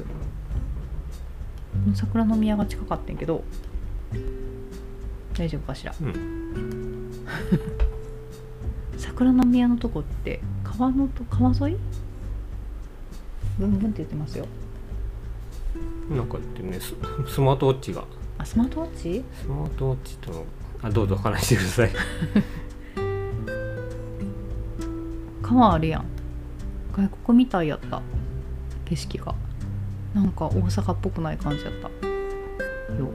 桜の宮が近かったんやけど大丈夫かしらうん桜桜の宮のとこって川のと川沿いブンブンって言ってますよなんか言ってねス スマートウォッチがあスマートウォッチスマートウォッチとあどうぞ話してください川あるやん外国みたいやった景色がなんか大阪っぽくない感じやったよ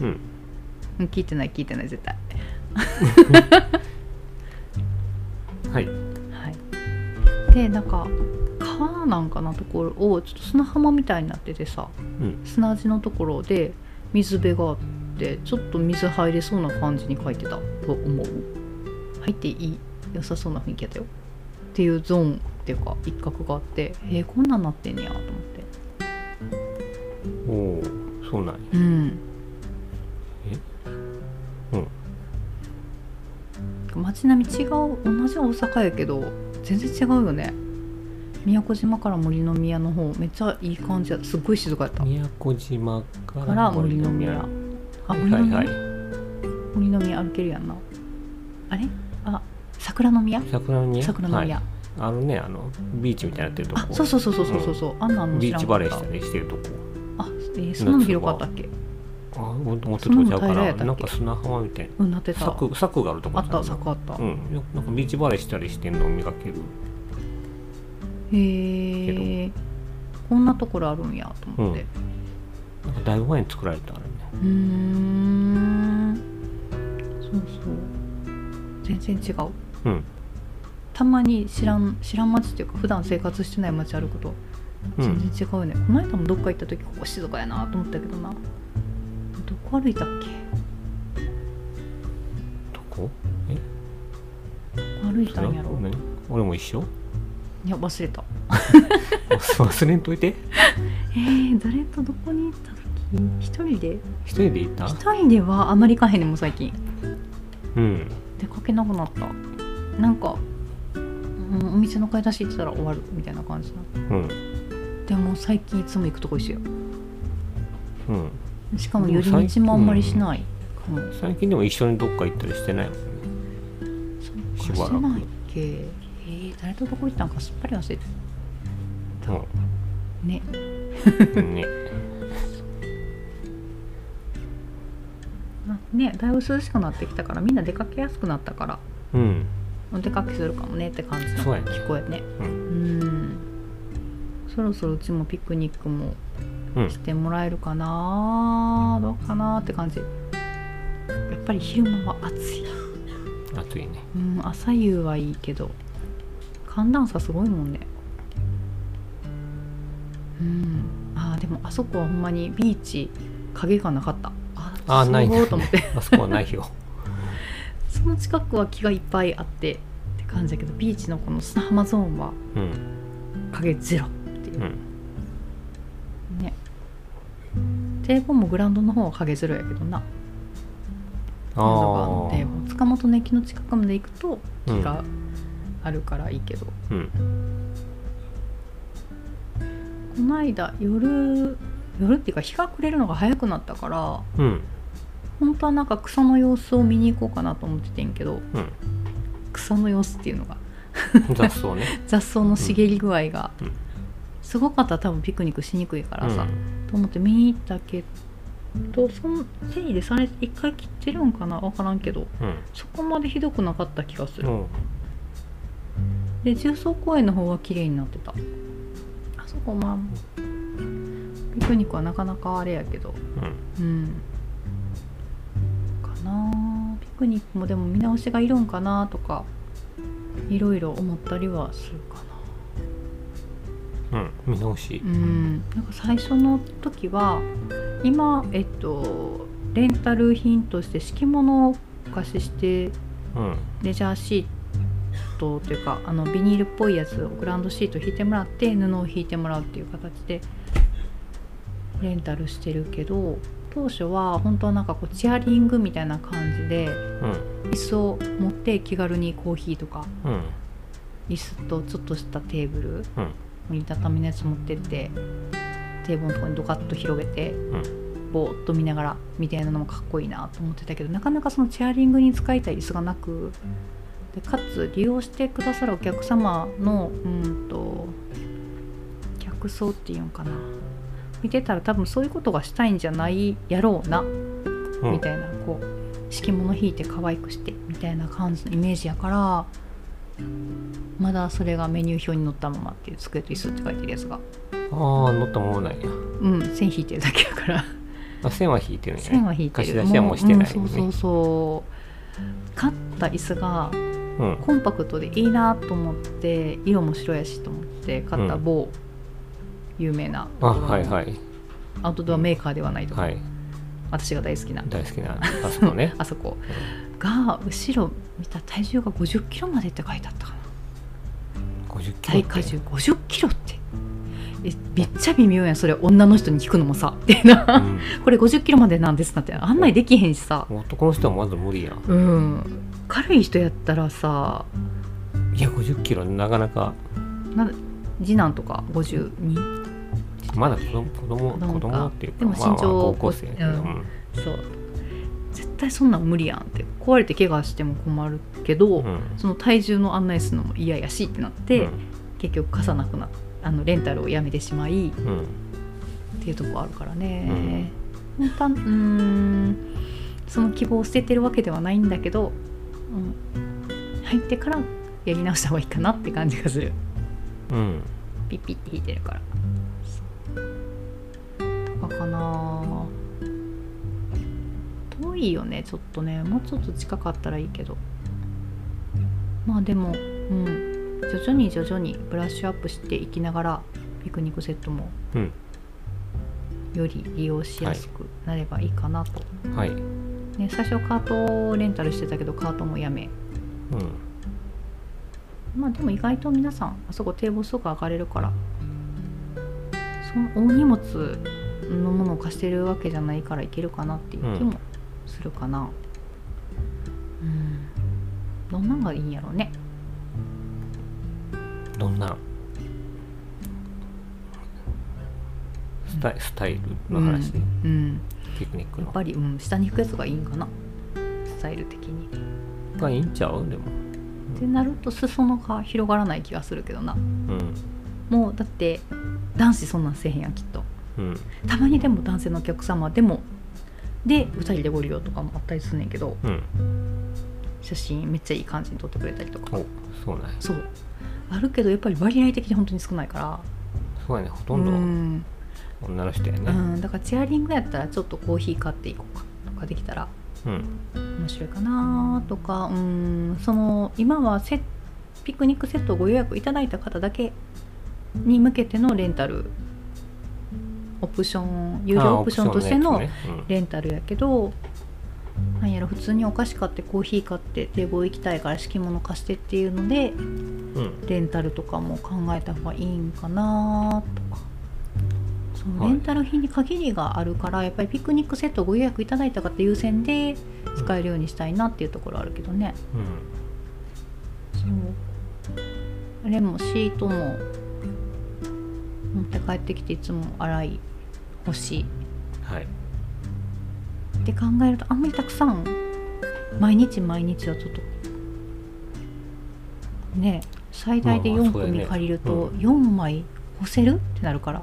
うんうん聞いてない聞いてない絶対はいはいでなんか川なんかなところをちょっと砂浜みたいになっててさうん砂地のところで水辺があってちょっと水入れそうな感じに書いてたと思う入っていい良さそうな雰囲気やったよっていうゾーンっていうか一角があってへえこんなんなってんねやと思っておおーそうなんやうんうん街並み違う同じ大阪やけど全然違うよね宮古島から森の宮の方めっちゃいい感じやすっごい静かやった宮古島かからら森の宮はあい森のはい宮、はい森の宮歩けるやんなあれあ桜の宮桜の宮桜の宮、はい、あのねあのビーチみたいになってるとこあそうそうそうそうそうそう、あんなんも知ビらんーチかバっレーたしたりしてるとこあえーそんなの広かったっけあもっともっと遠いちゃうかそんなの平ららやったっけなんか砂浜みたいうんなってなた柵柵があるとこあじっゃなたい坂あった、うへん、よくなんかビーチバレーしたりしてるのを見かけるえこんなところあるんやと思って、うんなんかだいぶ前に作られたあれねうーんそうそう全然違ううんたまに知らん知らん街っていうか普段生活してない街あることう全ん然違うね、この間もどっか行った時ここ静かやなと思ったけどなどこ歩いたっけどこえどこ歩いたんやろ何俺も一緒 いや忘れた忘れんといてえー、誰とどこに行った時一人で一人で行った一人ではあまり行かへんねんもう最近うん出かけなくなったなんか、うん、お店の買い出し行ってたら終わるみたいな感じなうんでも最近いつも行くとこ一緒ようんしかも寄り道もあんまりしないかも、最近でも一緒にどっか行ったりしてないもんねそっかしばしらくてないっけえー、誰とどこ行ったんかすっぱり忘れてたねうんねあねだいぶ涼しくなってきたからみんな出かけやすくなったからうんお出かけするかもねって感じのそうやね聞こえねううんんそろそろうちもピクニックもうんしてもらえるかなどうかなって感じやっぱり昼間は暑い暑いねうん朝夕はいいけど寒暖差すごいもんねうんあーでもあそこはほんまにビーチ影がなかったああーないそねうと思って あそこはないよその近くは木がいっぱいあってって感じだけどビーチのこの砂浜ゾーンはうん影ゼロっていうう、んね堤防もグラウンドの方は影ゼロやけどなあ江戸川のあ堤防塚本の駅の近くまで行くとうん木があるからいいけど、うんこの間夜夜っていうか日が暮れるのが早くなったからうん本当はなんか草の様子を見に行こうかなと思っててんけどうん草の様子っていうのが雑 草ね雑草の茂り具合が、うんうんすごかったら多分ピクニックしにくいからさ、うんと思って見に行ったけどその手入れされて一回切ってるんかな分からんけどうんそこまでひどくなかった気がする、うんで重曹公園の方は綺麗になってたあそこまあピクニックはなかなかあれやけどうんうんかなあピクニックもでも見直しがいるんかなとかいろいろ思ったりはするかなうん見直しうんなんか最初の時は今えっとレンタル品として敷物をお貸ししてうんレジャーシートというかあのビニールっぽいやつをグラウンドシート引いてもらって布を引いてもらうっていう形でレンタルしてるけど当初は本当はなんかこうチェアリングみたいな感じでうん椅子を持って気軽にコーヒーとかうん椅子とちょっとしたテーブルうん折りたたみのやつ持ってってテーブルのとこにドカッと広げて、んぼーっと見ながらみたいなのもかっこいいなと思ってたけどなかなかそのチェアリングに使いたい椅子がなくでかつ利用してくださるお客様のうんと客層っていうんかな見てたら多分そういうことがしたいんじゃないやろうなうんみたいなこう敷物引いて可愛くしてみたいな感じのイメージやからまだそれがメニュー表に載ったままっていう机と椅子って書いてるやつがああ乗ったままないやうん線引いてるだけやからあ線は引いてるんや線は引いてる貸し出しはもうしてないよもううんそうそうねそう買った椅子がうんコンパクトでいいなと思って色も白やしと思って買った某有名なあはいはいアウトドアメーカーではないとか、はい私が大好きな大好きなあそこ ねあそこが後ろ見た体重が5 0キロまでって書いてあったかな50キロ体荷重5 0キロってえめっちゃ微妙やんそれ女の人に聞くのもさってな これ5 0キロまでなんですなんて案内できへんしさうん、男の人はまず無理やんうん軽い人やったらさいや50キロなかなか次男とか52まだ子供子供子供か子供っていうかでもまあまあ身長高校生やけど、うんそう絶対そんなん無理やんって壊れて怪我しても困るけど、うんその体重の案内するのも嫌やしってなって、うん結局貸さなくなあのレンタルをやめてしまいっうんていうところあるからね、本当はうーんその希望を捨ててるわけではないんだけど、うん、入ってからやり直した方がいいかなって感じがするうんピッピッて弾いてるからそうとかかな遠いよねちょっとねもうちょっと近かったらいいけどまあでもうん徐々に徐々にブラッシュアップしていきながらピクニックセットもうんより利用しやすくなればいいかなと、はい、うね、最初カートをレンタルしてたけどカートもやめん、まあでも意外と皆さんあそこ堤防とか上がれるからその大荷物のものを貸してるわけじゃないからいけるかなっていう気もするかなうん、どんなんがいいんやろうねどんなスタイスタイルの話、うんピクニックやっのぱり、うん、下に引くやつがいいんかなスタイル的にがいいんちゃうでもってなると裾野が広がらない気がするけどなうんもうだって男子そんなんせえへんやんきっとうんたまにでも男性のお客様でもで2人でご利用とかもあったりすんねんけど、うん写真めっちゃいい感じに撮ってくれたりとかおそうなんやそうあるけどやっぱり割合的に本当に少ないからそうやねほとうんんど女の人やうねんだからチェアリングやったらちょっとコーヒー買っていこうかとかできたらうん面白いかなとかうんその今はセピクニックセットをご予約いただいた方だけに向けてのレンタルオプション有料オプションとしてあのオプションねレンタルやけどなんやろ普通にお菓子買ってコーヒー買って堤防行きたいから敷物貸してっていうのでうんうんレンタルとかも考えた方がいいんかなとかそのはいレンタル品に限りがあるから、やっぱりピクニックセットをご予約いただいた方優先で使えるようにしたいなっていうところあるけどね、そうあれもシートも持って帰ってきていつも洗い干しうんはいって考えるとあんまりたくさん毎日毎日はちょっとねえ最大でまあま4あそうだよね組借りるとう4枚干せるってなるから、ああ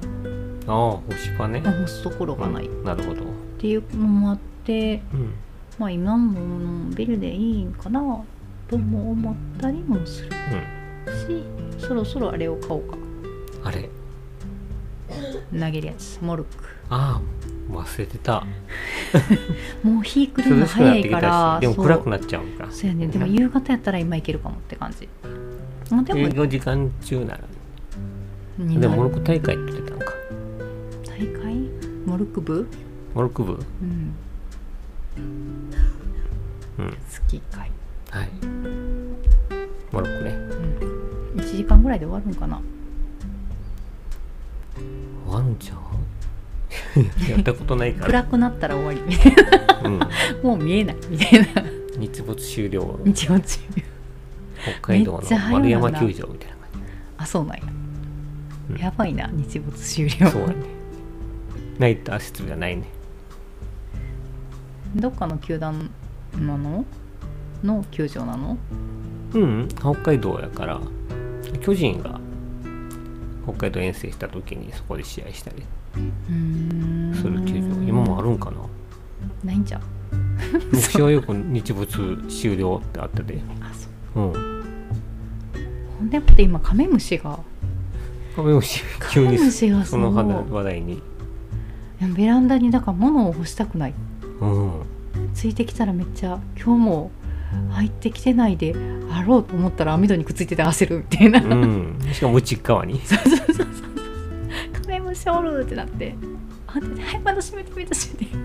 星場ねまあ干すところがないっうんなるほどていうのもあってうんまあ今ものんびりでいいんかなとも思ったりもするしそろそろあれを買おうかうんあれ投げるやつモルックああ忘れてたもう日暮れる涼のしくなっ早ていきかたらしでもそう暗くなっちゃうんかそうやねでもうん夕方やったら今行けるかもって感じ、まあ、で営も業時間中ならにでなもるモルック大会って言ってたのか大会モルック部、モルック部うん、うんスキー会、はいモルックねうん、1時間ぐらいで終わるんかなワンちゃん やったことないから暗くなったら終わり みたいうんなもう見えないみたいな日没終了日曜中北海道めっちゃの早い丸な山球場みたいな感あそうなんや、うんやばいな日没終じ了そうやねナイター設備がないねどっかの球団なのの球場なのうん北海道やから巨人が北海道遠征した時にそこで試合したりうーんする球場今もあるんかなないんじゃん試合よく日没終了ってあったであそううんほんでもって今カメムシがカメムシカ急メにムシがそそのの話題にいやベランダにだから物を干したくないうんついてきたらめっちゃ今日も入ってきてないであろうと思ったら網戸にくっついてて焦るみたいな、カうん、しかも内 側にメムシおるってなって「あんたはいまだ閉めてまだ閉めて」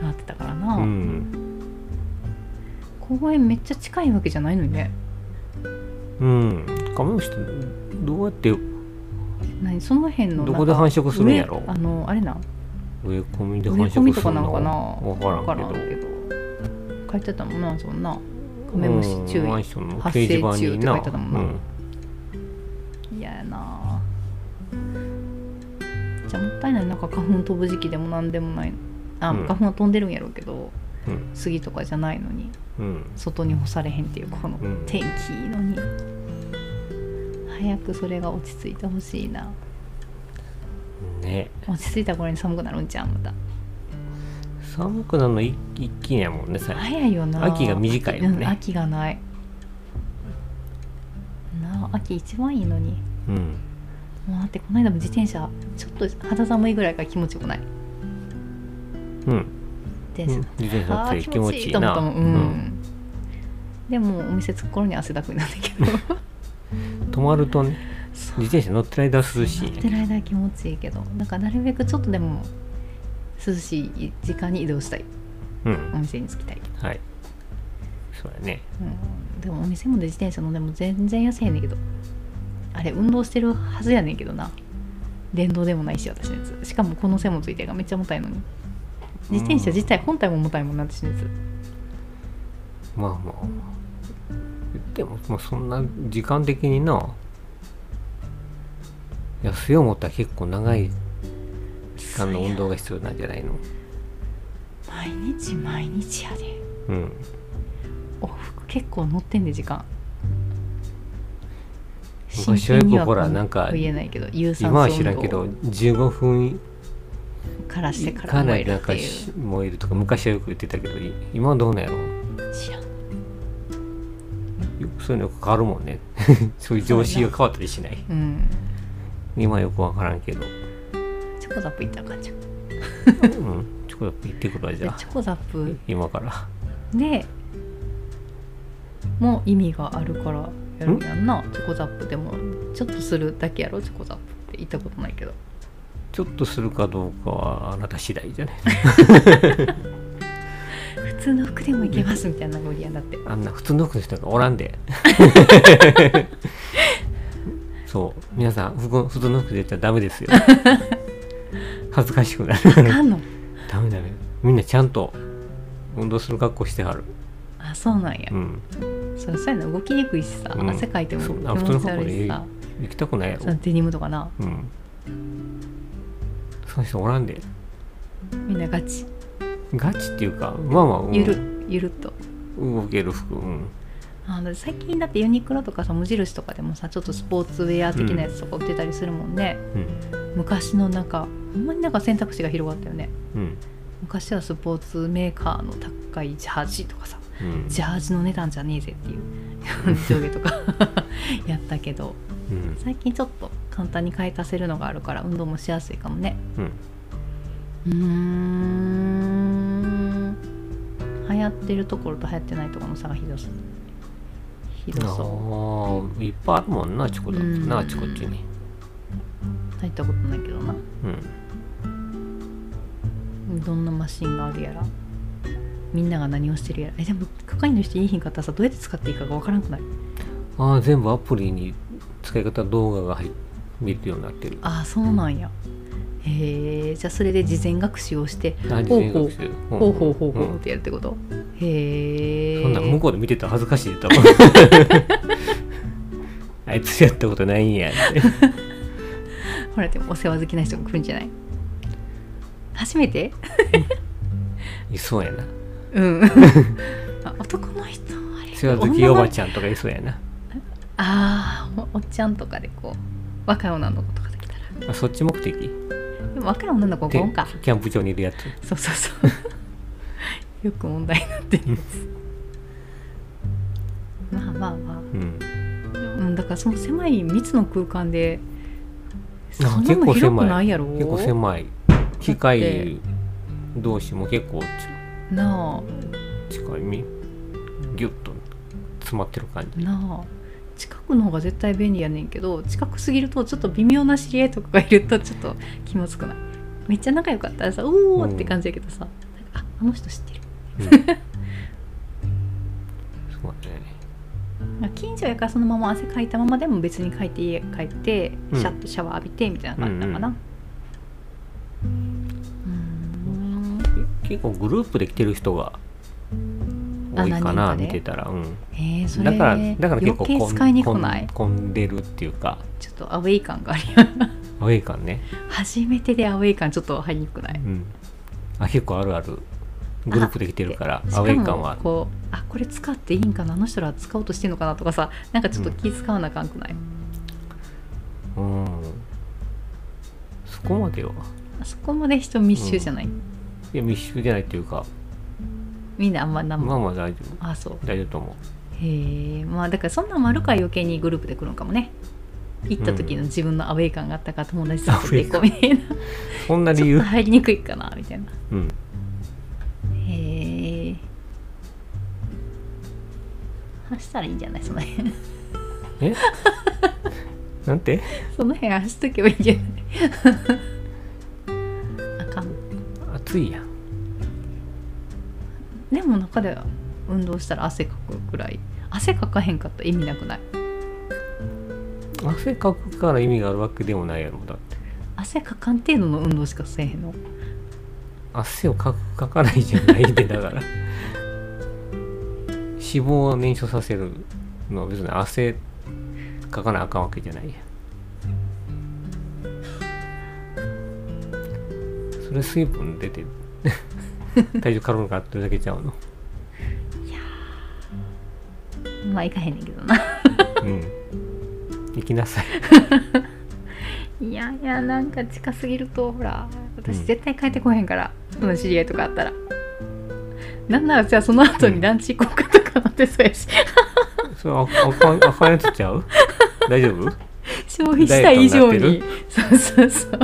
なってたからな、うん、公園めっちゃ近いわけじゃないのにねうん、カメムシってどうやって何その辺のどこで繁殖するんやろ上あのあれなん植え込みで植繁え殖す込るみのとかなのかなわわかかららんんけけどど書いてたもんなそんなカメムシ注意うんマンションの掲発示生板中っにて書ないてたもんなうん嫌やなじゃあもったいないなんか花粉飛ぶ時期でもなんでもないあ、うん花粉は飛んでるんやろうけどうん杉とかじゃないのにうん外に干されへんっていうこのうん天気いいのに、早くそれが落ち着いてほしいなね落ち着いた頃に寒くなるんちゃうまた寒くなるの一一気にやもんね最近早いよな秋が短いよねうん、秋がないなあ秋一番いいのにうんもうだってこの間も自転車ちょっと肌寒いぐらいから気持ちよくないうん自自転車、転車あ乗っーて気持ちいいと思なったもん、うんでもお店着く頃に汗だくになったけどうん止まるとねそ自転車乗ってる間は 涼し乗いってる間は気持ちいいけどなんかなるべくちょっとでも涼しい時間に移動したいうおん店に着きたい、はいそうやねうん、でもお店もで自転車のでも全然安いねんけどあれ運動してるはずやねんけどな電動でもないし私のやつしかもこの線もついてるからめっちゃ重たいのに自転車自体本体も重たいもんな私のやつまあまあでも、まあ、そんな時間的にな安い思ったら結構長い期間の運動が必要なんじゃないの毎日毎日やでうん往復結構乗ってんで時間昔はよくほらなんか言えないけど有酸今は素知らんけ運ど動15分からしてからかな燃えりるなっんかていし燃えるとか昔はよく言ってたけどい今はどうなんやろう知らんよくそういうの変わるもん ねそういう常識が変わったりしないうん今はよくわからんけど、チョコザップ行ったらあかんじゃんうん、ちょこっと行ってくるわじでゃチあョコザップ今からでも意味があるからやるんやんなチョコザップでもちょっとするだけやろチョコザップって言ったことないけどちょっとするかどうかはあなた次第じゃね普通の服でもいけますみたいなゴリアンだってあんな普通の服の人がおらん で。そう、皆さん、服普通の服で言ったらダメ ですよ。恥ずかしく なる。あかんのダメダメ。みんなちゃんと運動する格好してはる。あそうなんやうん。そうそういうの動きにくいしさ、うん汗かいてもそ気うあ布団持のち方悪いしさが行きたくないやそのろ。デニムとかなうん。その人おらんで。みんなガチガチっていうか、まあまあ、うんゆる、ゆるっと動ける服。うん。あだって最近だってユニクロとかさ無印とかでもさちょっとスポーツウェア的なやつとか売ってたりするもんね、うん。昔のなんかほんまになんか選択肢が広がったよねうん。昔はスポーツメーカーの高いジャージとかさうん。ジャージの値段じゃねえぜって いう上下とか やったけどうん。最近ちょっと簡単に買い足せるのがあるから運動もしやすいかもねううん。ーん流行ってるところと流行ってないところの差がひどそうひどそああ、いっぱいあるもんな、あちこだってな、あちこっちに。う入ったことないけどなうん、どんなマシンがあるやらみんなが何をしてるやらえでも係の人いいひんかったらさどうやって使っていいかがわからんくないああ全部アプリに使い方動画が入っ見れるようになってるああそうなんやへえじゃあそれで事前学習をしてあほう事前ほう学習うほんうほうほうほううんってやるってことへえそんなん向こうで見てたら恥ずかしい多分 あいつやったことないんやってほらでもお世話好きな人が来るんじゃない初めていそうやなうん あ男の人あれ世話好きおばゃんちゃんとかいそうやなあーおおっちゃんとかでこう若い女の子とかできたらあそっち目的でも若い女の子てゴンかキャンプ場にいるやつそうそうそう よく問題になってるやつまあまあまうんあ、うん、だからその狭い密の空間でそあんな結の構広く狭いないやろ結構狭い機械同士も結構なあち近いみギュッと詰まってる感じなあ近くの方が絶対便利やねんけど近くすぎるとちょっと微妙な知り合いとかがいるとちょっと気まずくないめっちゃ仲良かったらさ「おお!」って感じやけどさ「ああの人知ってるうんそうだねまあ」近所やからそのまま汗かいたままでも別に帰って家帰ってうんシャッとシャワー浴びてみたいな感じだかなうーん結構グループで来てる人が多いあ何か人かなで見てたら、うん、えー、それだからだから結構余計使いに来ない混んでるっていうかちょっとアウェイ感があるよアウェイ感ね、初めてでアウェイ感ちょっと入りにくくないうん、あ結構あるあるグループで来てるからしアかウもェイ感はあるこうあこれ使っていいんかなあの人ら使おうとしてんのかなとかさなんかちょっと気使わなあかんくない、うんそこまではそこまで人密集じゃない、いや密集じゃないっていうかみんなあんま何まも、あまあ大丈ああそう夫大丈夫と思へえまあだからそんなんもあるから余計にグループで来るんかもね行った時の自分のアウェイ感があったから友達誘っていこうみたいなちうそんな理ょっ由と入りにくいかなみたいなうんへえ走ったらいいんじゃないその辺 え なんてその辺走っとけばいいんじ ゃないあかん暑いやんでも中で運動したら汗かくくらい汗かかへんかったら意味なくない汗かくから意味があるわけでもないやろだって汗かかん程度の運動しかせえへんの汗をかくかかないじゃないでだから 脂肪を燃焼させるのは別に汗かかなあかんわけじゃないやんそれ水分出 て体重軽くなってるだけちゃうのまあいかへんねんけどなうん行きなさいいやいやなんか近すぎるとほら私絶対帰ってこへんから、その知り合いとかあったらなんならじゃあその後にランチ行こうかとかなってそうやしそれああかんあかんやつちゃう大丈夫、消費した以上ダイエッにトそうそうそう、う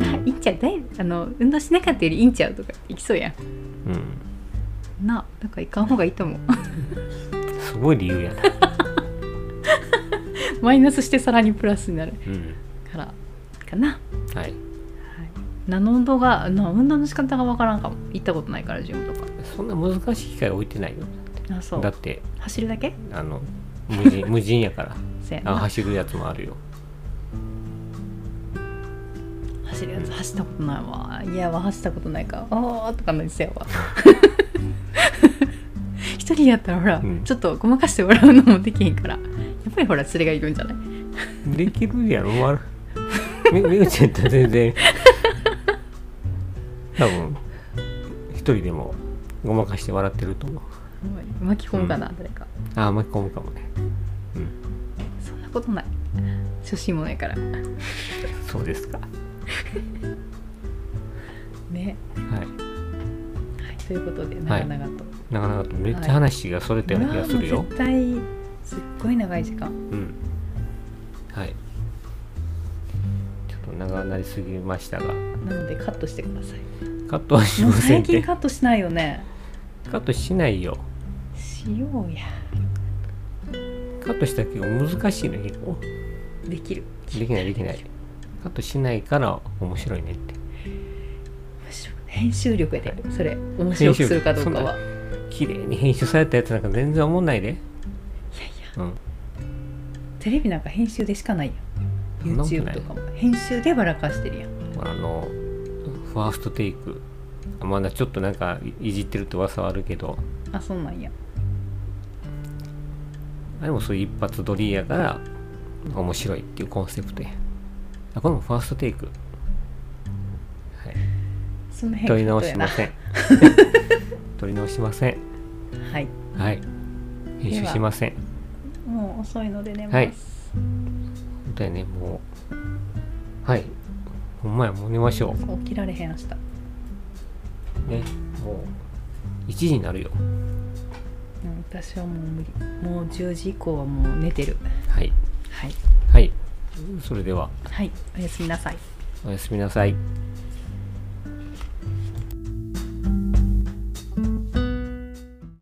まあいいんんちゃうだいあの運動しなかったよりいいんちゃうとか行きそうやうん、んなあなんか行かん方がいいと思うすごい理由やな、マイナスしてさらにプラスになるうん、からかなはい何の運動がな運動の仕方がわからんかも行ったことないからジムとかそんな難しい機械置いてないよあそだっうて走るだけあの無人 無人やからせやあな走るやつもあるよ走るやつ走ったことないわいやわ走ったことないからあーとかなりせやわ 一人やったらほら、うんちょっとごまかして笑うのもできへんからやっぱりほら連れがいるんじゃないできるやろまるみみゆちゃんやったら全然多分一人でもごまかして笑ってると思う巻き込むかな、誰かあ巻き込むかもねうんそんなことない初心者やからそうですかはね、いはい、ということで長々と、なかなかとめっちゃ話がそれたような気がするうわよーもう、絶対すっごい長い時間うんはいちょっと長なりすぎましたがなのでカットしてくださいカットはしもうませ最んって近カットしないよねカットしないよしようやカットしたけど難しいの結構できるできないできないカットしないから面白いねって面白い編集力やでそれ面白くするかどうかは編綺麗に編集されたやつなんか全然思んないでいやいやうんテレビなんか編集でしかないやそんんなことな YouTube いとかも編集でばらかしてるやんあのファーストテイクまだちょっとなんかいいじってるって噂はあるけどあそうなんやあれもそういう一発撮りやから面白いっていうコンセプトやあこれもファーストテイクはいその辺取り直カッしトやません 取り直しませんなはいはい編集しませんもう遅いので寝ます、はい本当やねもうはいほんまやもう寝ましょそう起きられへん明日うねもう1時になるようん私はもう無理もう10時以降はもう寝てるはいはいはいそれでははいおやすみなさいおやすみなさい